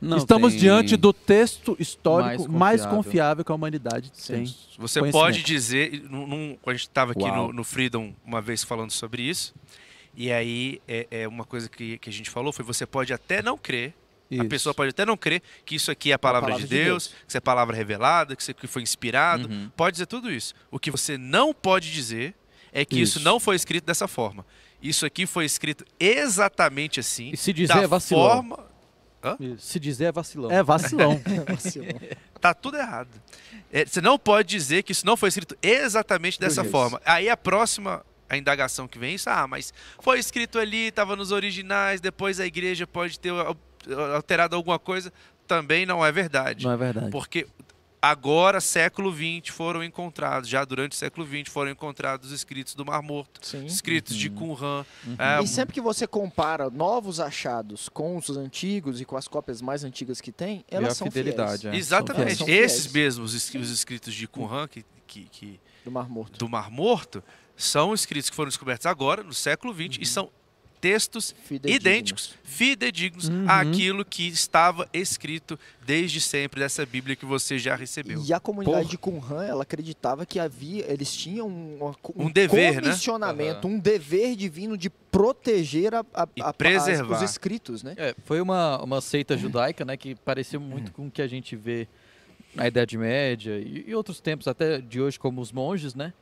Speaker 1: Não
Speaker 3: Estamos
Speaker 1: tem-
Speaker 3: diante do texto histórico mais
Speaker 5: Mais
Speaker 3: confiável,
Speaker 5: confiável.
Speaker 3: que a humanidade tem.
Speaker 4: Você
Speaker 3: Conhecimento.
Speaker 4: pode dizer, num- num- a gente estava aqui
Speaker 5: Uau.
Speaker 4: no, no Freedom uma vez falando sobre isso, e aí é, é uma coisa que, que a gente falou foi você pode até não crer, a
Speaker 3: Isso.
Speaker 4: pessoa pode até não crer que isso aqui é a palavra,
Speaker 2: palavra
Speaker 4: de,
Speaker 2: de
Speaker 4: Deus, que isso é palavra revelada, que isso aqui foi inspirado, pode dizer tudo isso. O que você não pode dizer é que isso,
Speaker 3: Isso.
Speaker 4: não foi escrito dessa forma. Isso aqui foi escrito exatamente assim,
Speaker 5: E se dizer
Speaker 4: da
Speaker 5: é vacilão.
Speaker 4: forma...
Speaker 5: Se dizer é vacilão.
Speaker 3: É vacilão.
Speaker 2: vacilão.
Speaker 4: Tá tudo errado. É, você não pode dizer que isso não foi escrito exatamente dessa
Speaker 2: jeito.
Speaker 4: forma. Aí a próxima a indagação que vem é isso, ah, mas foi escrito ali, estava nos originais, depois a igreja pode ter al- alterado alguma coisa. Também não é verdade.
Speaker 3: Não é verdade.
Speaker 4: Porque agora, século XX, foram encontrados, já durante o século XX, foram encontrados escritos do Mar Morto,
Speaker 2: Sim.
Speaker 4: escritos de Qumran. é,
Speaker 2: E sempre que você compara novos achados com os antigos e com as cópias mais antigas que tem,
Speaker 5: É a
Speaker 2: elas são
Speaker 5: fidelidade.
Speaker 2: fiéis
Speaker 5: é.
Speaker 4: exatamente.
Speaker 2: São fiéis.
Speaker 4: Esses mesmos, es- os escritos de Qumran, que- que- que
Speaker 2: do Mar Morto.
Speaker 4: do Mar Morto são escritos que foram descobertos agora, no século XX, e são textos
Speaker 2: Uhum. Fidedignos. Uhum.
Speaker 4: idênticos, fidedignos àquilo que estava escrito desde sempre dessa Bíblia que você já recebeu.
Speaker 2: E a comunidade
Speaker 4: Porra.
Speaker 2: de Qumran, ela acreditava que havia, eles tinham um, uma-
Speaker 4: Um dever, né?
Speaker 2: comissionamento, um dever divino de proteger a, a-
Speaker 4: E
Speaker 2: a- as-
Speaker 4: preservar.
Speaker 2: os escritos, né?
Speaker 5: É, foi uma, uma seita judaica, né, que pareceu muito com o que a gente vê na Idade Média e, e outros tempos, até de hoje, como os monges, né,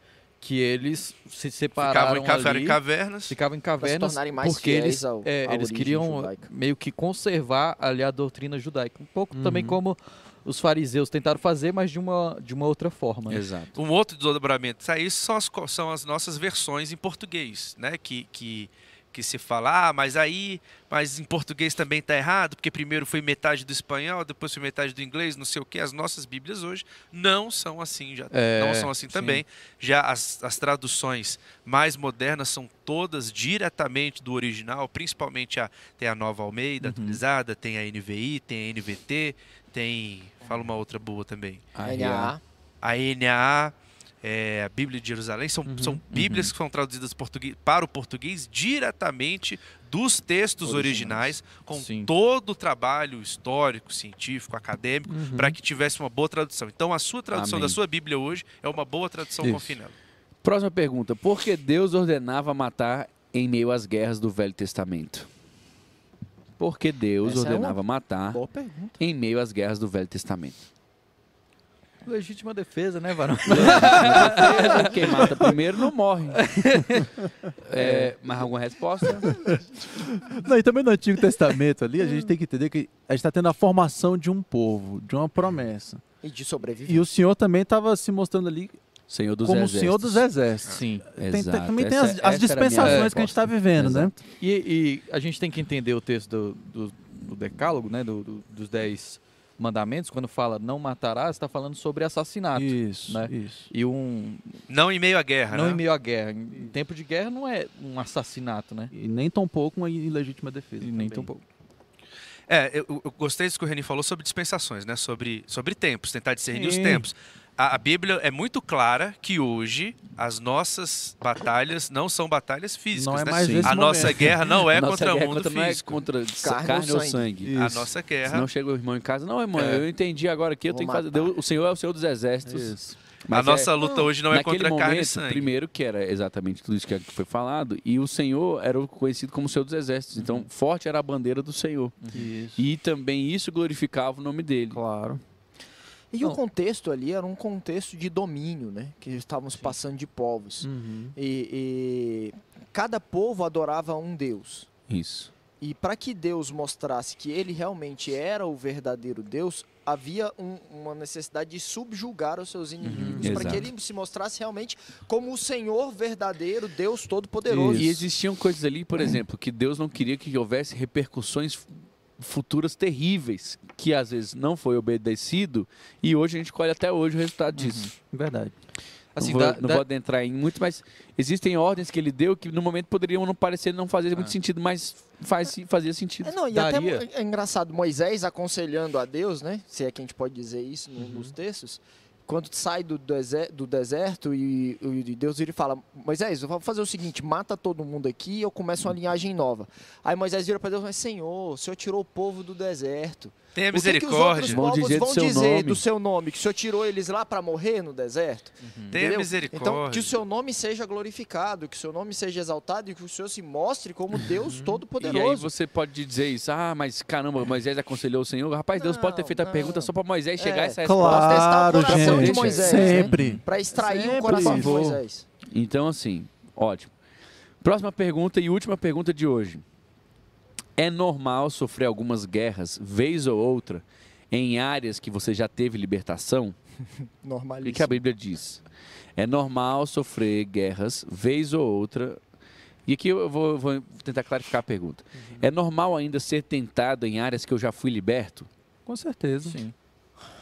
Speaker 5: que eles se separaram
Speaker 4: Ficavam em, ca- ficaram em
Speaker 5: ali,
Speaker 4: cavernas.
Speaker 5: ficavam em
Speaker 2: Pra se
Speaker 5: cavernas,
Speaker 2: tornarem mais
Speaker 5: porque
Speaker 2: fiéis
Speaker 5: eles,
Speaker 2: ao,
Speaker 5: é,
Speaker 2: à
Speaker 5: eles
Speaker 2: origem
Speaker 5: queriam
Speaker 2: judaica.
Speaker 5: meio que conservar ali a doutrina judaica, um pouco também
Speaker 4: Uhum.
Speaker 5: como os fariseus tentaram fazer, mas de uma, de uma outra forma. né?
Speaker 1: Exato.
Speaker 4: Um outro desdobramento, tá? isso são as, co- são as nossas versões em português, né? Que, que, que se fala, ah, mas aí, mas em português também tá errado, porque primeiro foi metade do espanhol, depois foi metade do inglês, não sei o quê. As nossas Bíblias hoje não são assim já.
Speaker 5: É,
Speaker 4: não são assim
Speaker 5: sim.
Speaker 4: também. Já as, as traduções mais modernas são todas diretamente do original, principalmente a, tem a Nova
Speaker 5: Uhum.
Speaker 4: Almeida atualizada, tem a NVI, tem a NVT, tem... Fala uma outra boa também
Speaker 2: NAA.
Speaker 4: a NAA, é, a Bíblia de Jerusalém, são, são Bíblias que são traduzidas português- para o português diretamente dos textos originais, com
Speaker 5: Sim.
Speaker 4: todo o trabalho histórico, científico, acadêmico, para que tivesse uma boa tradução. Então, a sua tradução
Speaker 1: Amém.
Speaker 4: da sua Bíblia hoje é uma boa tradução
Speaker 3: Isso.
Speaker 4: com finela.
Speaker 1: Próxima pergunta. Por que Deus ordenava matar em meio às guerras do Velho Testamento? Por que Deus
Speaker 2: Essa é
Speaker 1: ordenava matar
Speaker 2: Boa pergunta.
Speaker 1: em meio às guerras do Velho Testamento?
Speaker 5: Legítima defesa, né, Varão?
Speaker 1: Quem mata primeiro não morre. É, mas alguma resposta?
Speaker 3: Não, e também no Antigo Testamento ali, a gente tem que entender que a gente está tendo a formação de um povo, de uma promessa.
Speaker 2: E de sobreviver.
Speaker 3: E o Senhor também estava se mostrando ali
Speaker 1: Senhor dos
Speaker 3: como o
Speaker 1: Exércitos.
Speaker 3: Senhor dos Exércitos.
Speaker 5: Sim.
Speaker 3: Tem-
Speaker 1: Exato.
Speaker 3: também tem
Speaker 1: Essa- essa era
Speaker 3: as, as
Speaker 1: a minha
Speaker 3: dispensações que a gente
Speaker 1: resposta.
Speaker 3: está vivendo,
Speaker 1: Exato.
Speaker 3: né?
Speaker 5: E, e a gente tem que entender o texto do, do- do Decálogo, né? do- do- dos Dez Mandamentos, quando fala não matarás, está falando sobre assassinato.
Speaker 3: Isso,
Speaker 5: né?
Speaker 3: isso.
Speaker 5: E um.
Speaker 4: Não em meio à guerra,
Speaker 5: Não
Speaker 4: né?
Speaker 5: em meio à guerra. Em tempo de guerra não é um assassinato, né?
Speaker 3: E nem tão pouco uma ilegítima defesa.
Speaker 5: E
Speaker 3: também.
Speaker 5: nem tão pouco.
Speaker 4: É, eu, eu gostei disso que o Reni falou sobre dispensações, né? Sobre, sobre tempos, tentar discernir os
Speaker 3: Sim.
Speaker 4: tempos. A, a Bíblia é muito clara que hoje as nossas batalhas não são batalhas físicas,
Speaker 3: Não é
Speaker 4: né?
Speaker 3: mais
Speaker 1: Sim.
Speaker 3: esse
Speaker 4: a
Speaker 3: momento.
Speaker 4: nossa guerra não é
Speaker 1: Nossa
Speaker 4: contra o
Speaker 1: guerra
Speaker 4: mundo
Speaker 1: contra- não é
Speaker 4: físico.
Speaker 1: contra carne,
Speaker 2: Carne ou
Speaker 1: ou sangue.
Speaker 3: Isso.
Speaker 4: A nossa guerra.
Speaker 1: Senão chega o irmão em casa. Não, irmão,
Speaker 4: É.
Speaker 1: eu entendi agora aqui, eu
Speaker 2: Vou
Speaker 1: tenho que fazer.
Speaker 2: matar.
Speaker 1: Deus- o Senhor é o Senhor dos Exércitos.
Speaker 3: Isso.
Speaker 4: a
Speaker 1: Mas é-
Speaker 4: nossa luta hoje não é
Speaker 1: Naquele
Speaker 4: contra
Speaker 1: momento,
Speaker 4: carne e sangue.
Speaker 1: Primeiro, que era exatamente tudo isso que foi falado, e o Senhor era o conhecido como o Senhor dos Exércitos. Então,
Speaker 4: Uhum.
Speaker 1: forte era a bandeira do Senhor.
Speaker 3: Isso.
Speaker 1: E também isso glorificava o nome dele.
Speaker 3: Claro.
Speaker 2: E o contexto ali era um contexto de domínio, né? Que estávamos passando de povos.
Speaker 5: Hum.
Speaker 3: Uhum.
Speaker 2: E, e cada povo adorava um Deus.
Speaker 1: Isso.
Speaker 2: E para que Deus mostrasse que ele realmente era o verdadeiro Deus, havia um- uma necessidade de subjugar os seus inimigos, para
Speaker 1: Uhum, exato.
Speaker 2: que ele se mostrasse realmente como o Senhor verdadeiro, Deus Todo-Poderoso.
Speaker 1: E existiam coisas ali, por exemplo, que Deus não queria que houvesse repercussões fu- futuras terríveis, que às vezes não foi obedecido, e hoje a gente colhe até hoje o resultado disso.
Speaker 3: Verdade.
Speaker 5: Assim,
Speaker 1: Uhum. não vou,
Speaker 5: dá-
Speaker 1: não
Speaker 5: dá-
Speaker 1: vou adentrar em muito, mas existem ordens que ele deu que no momento poderiam não parecer não fazer muito sentido, mas faz, fazia sentido.
Speaker 2: É, não, e
Speaker 5: daria-
Speaker 2: até é engraçado, Moisés aconselhando a Deus, né? Se é que a gente pode dizer isso
Speaker 1: Uhum.
Speaker 2: num dos textos, quando sai do, dese- do deserto e, e Deus vira e fala: Moisés, eu vou fazer o seguinte, mata todo mundo aqui e eu começo uma
Speaker 1: Uhum.
Speaker 2: linhagem nova. Aí Moisés vira para Deus: Mas Senhor, o Senhor tirou o povo do
Speaker 1: É
Speaker 2: deserto.
Speaker 4: Tenha
Speaker 2: O que que os outros
Speaker 4: misericórdia.
Speaker 1: Vão
Speaker 2: povos
Speaker 1: dizer do
Speaker 2: vão
Speaker 1: seu
Speaker 2: dizer
Speaker 1: nome?
Speaker 2: do seu nome? Que o Senhor tirou eles lá para morrer no deserto?
Speaker 1: Hum.
Speaker 4: Tenha
Speaker 2: Entendeu?
Speaker 4: misericórdia.
Speaker 2: Então, que o seu nome seja glorificado, que o seu nome seja exaltado e que o Senhor se mostre como Deus
Speaker 1: Uhum. E aí
Speaker 2: Todo-Poderoso.
Speaker 1: você pode dizer isso, ah, mas caramba, Moisés aconselhou o Senhor. Rapaz, Deus pode ter
Speaker 2: Não,
Speaker 1: feito a
Speaker 2: não.
Speaker 1: pergunta só para Moisés chegar a essa resposta.
Speaker 2: Posso testar o
Speaker 3: Claro,
Speaker 2: coração
Speaker 1: de
Speaker 3: gente.
Speaker 1: Moisés,
Speaker 2: né?
Speaker 3: Sempre.
Speaker 2: Para extrair
Speaker 3: Sempre,
Speaker 2: o coração
Speaker 3: por
Speaker 2: de
Speaker 3: favor.
Speaker 2: Moisés.
Speaker 1: Então, assim, ótimo. Próxima pergunta e última pergunta de hoje. É normal sofrer algumas guerras, vez ou outra, em áreas que você já teve libertação? O que a
Speaker 2: Normalíssimo.
Speaker 1: Bíblia diz? É normal sofrer guerras, vez ou outra. E aqui eu vou, vou tentar clarificar a pergunta. É normal ainda ser tentado em áreas que eu já fui liberto?
Speaker 3: Com certeza.
Speaker 5: Sim.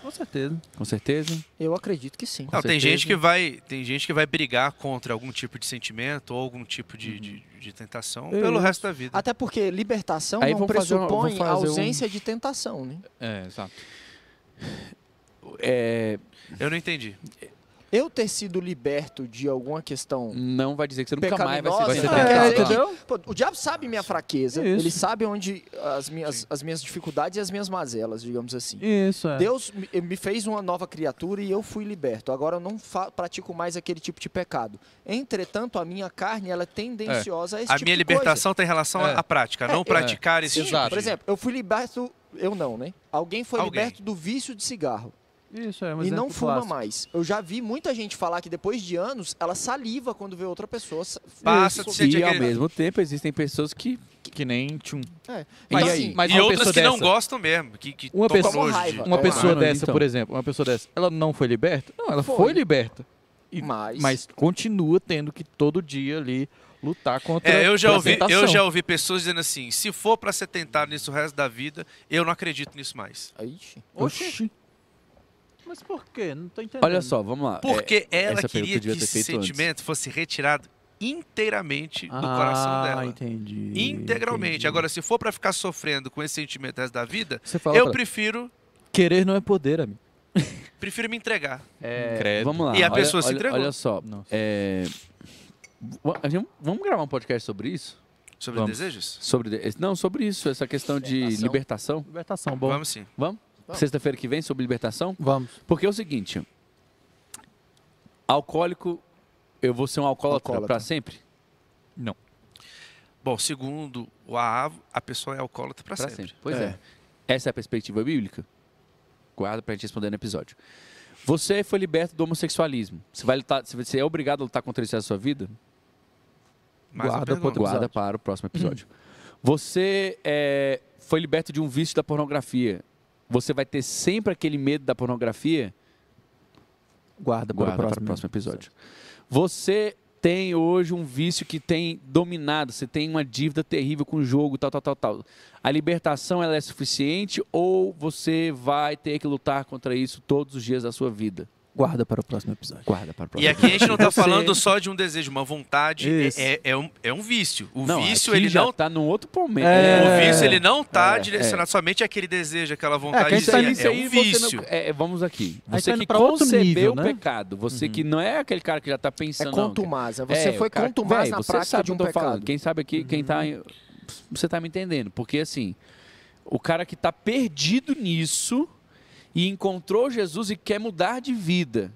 Speaker 3: Com certeza.
Speaker 1: Com certeza.
Speaker 2: Eu acredito que sim.
Speaker 4: Não, tem
Speaker 1: certeza.
Speaker 4: gente que vai, tem gente que vai brigar contra algum tipo de sentimento ou algum tipo
Speaker 3: Uhum.
Speaker 4: de, de, de tentação pelo resto da vida.
Speaker 2: Até porque libertação
Speaker 1: Aí
Speaker 2: não
Speaker 1: vamos fazer uma-
Speaker 2: pressupõe
Speaker 1: vamos
Speaker 2: a
Speaker 1: fazer um-
Speaker 2: ausência de tentação, né?
Speaker 5: É, exato.
Speaker 1: É,
Speaker 4: Eu não entendi.
Speaker 2: Eu ter sido liberto de alguma questão
Speaker 1: não vai dizer que você nunca mais vai ser, vai
Speaker 2: Pecaminosa,
Speaker 1: ser
Speaker 2: não, quer
Speaker 1: tentado.
Speaker 2: dizer
Speaker 1: Não.
Speaker 2: que- Pô, o diabo sabe minha fraqueza,
Speaker 3: Isso.
Speaker 2: ele sabe onde as minhas, as minhas dificuldades e as minhas mazelas, digamos assim.
Speaker 3: Isso, é.
Speaker 2: Deus me- me fez uma nova criatura e eu fui liberto. Agora eu não fa- pratico mais aquele tipo de pecado. Entretanto, a minha carne ela é tendenciosa a esse
Speaker 4: É. a
Speaker 2: tipo
Speaker 4: minha
Speaker 2: de coisa.
Speaker 4: libertação tem relação à-
Speaker 5: É.
Speaker 4: à prática, não praticar esse
Speaker 5: Sim,
Speaker 4: tipo
Speaker 5: exato.
Speaker 4: de...
Speaker 2: Por exemplo, eu fui liberto, eu não, né? Alguém foi
Speaker 4: Alguém.
Speaker 2: liberto do vício de cigarro
Speaker 3: Isso, é um
Speaker 2: e
Speaker 3: exemplo
Speaker 2: não fuma
Speaker 3: clássico.
Speaker 2: mais. Eu já vi muita gente falar que depois de anos ela saliva quando vê outra pessoa. sa-
Speaker 4: Passa
Speaker 2: Isso.
Speaker 4: de ser
Speaker 1: E ao
Speaker 4: aquele-
Speaker 1: mesmo tempo existem pessoas que.
Speaker 5: Que nem um tchum.
Speaker 1: Mas
Speaker 2: É. Então,
Speaker 1: e
Speaker 2: assim,
Speaker 5: Mas
Speaker 4: e
Speaker 5: uma
Speaker 4: outras
Speaker 5: pessoa
Speaker 4: que não
Speaker 5: dessa-
Speaker 4: gostam mesmo, que, que
Speaker 5: Uma
Speaker 4: tão
Speaker 5: pessoa-
Speaker 4: nojo
Speaker 2: raiva.
Speaker 4: de-
Speaker 5: Uma
Speaker 2: Claro,
Speaker 5: pessoa
Speaker 1: né,
Speaker 5: dessa,
Speaker 1: então.
Speaker 5: por exemplo, uma pessoa dessa, ela não foi liberta? Não, ela foi,
Speaker 2: Foi.
Speaker 5: liberta. E-
Speaker 2: Mas-
Speaker 5: continua tendo que todo dia ali lutar contra
Speaker 4: É, eu já,
Speaker 5: contra a
Speaker 4: ouvi, eu
Speaker 5: tentação.
Speaker 4: já ouvi pessoas dizendo assim, se for pra ser tentado nisso o resto da vida, eu não acredito nisso mais.
Speaker 2: Ixi.
Speaker 5: Oxi.
Speaker 3: Mas por quê? Não tô entendendo.
Speaker 1: Olha só, vamos lá. É,
Speaker 4: Porque ela
Speaker 1: essa pergunta
Speaker 4: queria que
Speaker 1: devia ter
Speaker 4: esse
Speaker 1: feito antes.
Speaker 4: sentimento fosse retirado inteiramente do
Speaker 3: ah,
Speaker 4: coração dela.
Speaker 3: entendi.
Speaker 4: Integralmente.
Speaker 3: entendi.
Speaker 4: Agora, se for pra ficar sofrendo com esse sentimento o resto da vida,
Speaker 5: Você fala
Speaker 4: eu
Speaker 5: pra-
Speaker 4: prefiro,
Speaker 5: Querer não é poder, amigo.
Speaker 4: prefiro me entregar.
Speaker 1: É,
Speaker 5: Credo.
Speaker 1: Vamos lá.
Speaker 4: E a
Speaker 1: olha-
Speaker 4: pessoa se
Speaker 1: olha,
Speaker 4: entregou.
Speaker 1: Olha só.
Speaker 5: Nossa.
Speaker 1: é, v- a gente- vamos gravar um podcast sobre isso?
Speaker 4: Sobre
Speaker 1: Vamos.
Speaker 4: desejos?
Speaker 1: Sobre, de- não, sobre isso, essa questão de
Speaker 2: Libertação.
Speaker 1: libertação.
Speaker 5: Tá
Speaker 3: Libertação, bom.
Speaker 4: Vamos sim.
Speaker 1: Vamos?
Speaker 2: Vamos.
Speaker 1: Sexta-feira que vem, sobre libertação.
Speaker 3: Vamos.
Speaker 1: Porque é o seguinte: alcoólico, eu vou ser um alcoólatra
Speaker 2: Alcoólatra.
Speaker 1: pra sempre?
Speaker 4: Bom, segundo o AAV, a pessoa é alcoólatra pra
Speaker 1: Pra
Speaker 4: sempre.
Speaker 1: sempre. Pois é. Essa é a perspectiva bíblica? Guarda pra gente responder no episódio. Você foi liberto do homossexualismo. Você, vai lutar, você é obrigado a lutar contra isso na sua vida?
Speaker 4: Mas
Speaker 5: Guarda
Speaker 4: eu pergunto,
Speaker 5: pro-
Speaker 1: Guarda
Speaker 5: episódio.
Speaker 1: para o próximo episódio. Você é, foi liberto de um vício da pornografia. Você vai ter sempre aquele medo da pornografia?
Speaker 3: Guarda,
Speaker 1: Guarda para o próximo episódio. Você tem hoje um vício que tem dominado, você tem uma dívida terrível com o jogo, tal, tal, tal, tal. A libertação ela é suficiente ou você vai ter que lutar contra isso todos os dias da sua vida?
Speaker 3: Guarda para o próximo episódio.
Speaker 1: Guarda para o próximo
Speaker 4: E aqui a gente não tá
Speaker 3: Você-
Speaker 4: falando só de um desejo, uma vontade.
Speaker 3: Isso.
Speaker 4: É, é um, é um vício. O
Speaker 1: Não,
Speaker 4: vício,
Speaker 1: aqui
Speaker 4: ele
Speaker 1: já
Speaker 4: não.
Speaker 1: tá num outro momento.
Speaker 4: O
Speaker 3: É.
Speaker 4: vício, ele não tá
Speaker 1: É,
Speaker 4: direcionado somente àquele desejo, aquela
Speaker 3: É, que a
Speaker 4: vontade.
Speaker 3: gente tá
Speaker 4: É,
Speaker 3: nisso
Speaker 4: é um
Speaker 1: Você
Speaker 4: vício.
Speaker 1: não- é, vamos aqui.
Speaker 3: Aí
Speaker 1: Você
Speaker 3: tá indo
Speaker 1: que
Speaker 3: pra outro
Speaker 1: concebeu
Speaker 3: nível,
Speaker 1: o
Speaker 3: né?
Speaker 1: pecado, você que não é aquele cara que já tá pensando.
Speaker 2: É
Speaker 1: não, cara.
Speaker 2: contumaz. né? Você
Speaker 1: É,
Speaker 2: foi
Speaker 1: o cara-
Speaker 2: contumaz
Speaker 1: Véi,
Speaker 2: na
Speaker 1: você
Speaker 2: prática
Speaker 1: sabe
Speaker 2: de
Speaker 1: o
Speaker 2: um
Speaker 1: que eu tô
Speaker 2: pecado.
Speaker 1: Falando. Quem sabe aqui, quem tá. em- Você tá me entendendo. Porque assim, o cara que tá perdido nisso e encontrou Jesus e quer mudar de vida.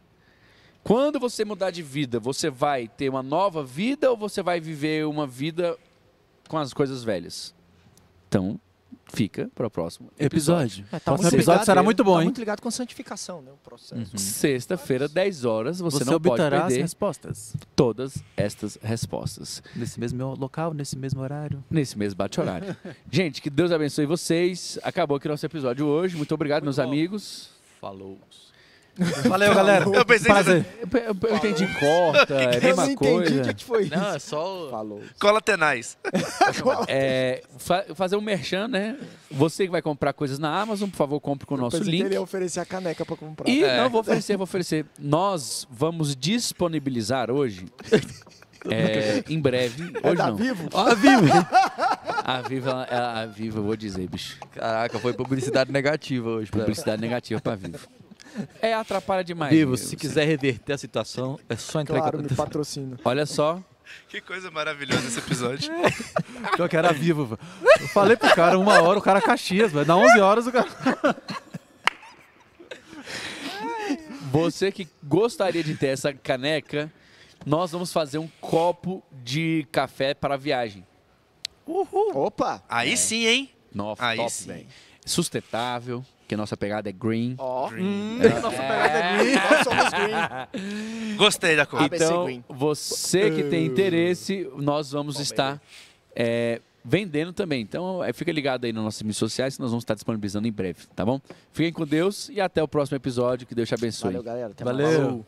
Speaker 1: Quando você mudar de vida, você vai ter uma nova vida ou você vai viver uma vida com as coisas velhas? Então, fica para o próximo episódio.
Speaker 3: Episódio.
Speaker 2: É, tá
Speaker 3: Próximo
Speaker 2: muito
Speaker 3: episódio
Speaker 2: ligado-
Speaker 3: será muito bom,
Speaker 2: tá
Speaker 3: hein?
Speaker 2: muito ligado com santificação, né? O processo.
Speaker 1: Sexta-feira, 10 horas, você,
Speaker 3: Você,
Speaker 1: não pode
Speaker 3: obterá as
Speaker 1: perder
Speaker 3: respostas.
Speaker 1: todas estas respostas.
Speaker 3: Nesse mesmo local, nesse mesmo horário.
Speaker 1: Nesse mesmo bate-horário. Gente, que Deus abençoe vocês. Acabou aqui nosso episódio hoje. Muito obrigado, meus amigos.
Speaker 5: Falou.
Speaker 1: Uhum.
Speaker 3: Valeu, galera.
Speaker 4: Eu pensei que
Speaker 3: Prazer.
Speaker 1: Eu, eu- eu entendi corta, é a
Speaker 2: Eu
Speaker 1: mesma
Speaker 2: não entendi o
Speaker 1: coisa.
Speaker 2: que, que foi isso.
Speaker 5: Não, é só.
Speaker 2: Falou.
Speaker 4: cola tenais.
Speaker 1: É, fa- fazer um merchan, né? Você que vai comprar coisas na Amazon, por favor, compre com o nosso
Speaker 2: Pensei que
Speaker 1: link.
Speaker 2: Ele ia oferecer a caneca pra comprar.
Speaker 1: E
Speaker 5: É.
Speaker 1: não vou oferecer, vou oferecer. Nós vamos disponibilizar hoje, é, em breve.
Speaker 2: é
Speaker 1: Hoje
Speaker 2: da
Speaker 1: não.
Speaker 2: Vivo?
Speaker 1: A Viva. A Viva, ela- ela- a Viva, eu vou dizer, bicho.
Speaker 5: Caraca, foi publicidade negativa hoje. pra-
Speaker 1: Publicidade negativa pra Viva. É atrapalha demais.
Speaker 5: Vivo,
Speaker 1: meu.
Speaker 5: se quiser reverter a situação, é só entrar
Speaker 2: Claro,
Speaker 5: em
Speaker 2: me
Speaker 5: contato.
Speaker 2: patrocina.
Speaker 1: Olha só.
Speaker 4: Que coisa maravilhosa esse episódio.
Speaker 1: É.
Speaker 3: Pior que era vivo. velho. Eu falei pro cara, uma hora, o cara Caxias, velho. Na 11 horas o cara.
Speaker 1: Você que gostaria de ter essa caneca, nós vamos fazer um copo de café para viagem.
Speaker 2: Opa!
Speaker 4: Aí sim, hein?
Speaker 1: Nossa,
Speaker 4: Aí
Speaker 1: top,
Speaker 4: sim.
Speaker 1: velho. Sustentável, que nossa pegada é green.
Speaker 2: Ó,
Speaker 3: Nossa, pegada é minha.
Speaker 2: nós somos green.
Speaker 4: Gostei da cor.
Speaker 2: Ah, ABC
Speaker 1: Então,
Speaker 2: Green.
Speaker 1: você que tem interesse, nós vamos estar é, vendendo também. Então, é, fica ligado aí nas nossas mídias sociais, que nós vamos estar disponibilizando em breve, tá bom? Fiquem com Deus e até o próximo episódio. Que Deus te abençoe.
Speaker 2: Valeu, galera. Até mais.
Speaker 3: Valeu.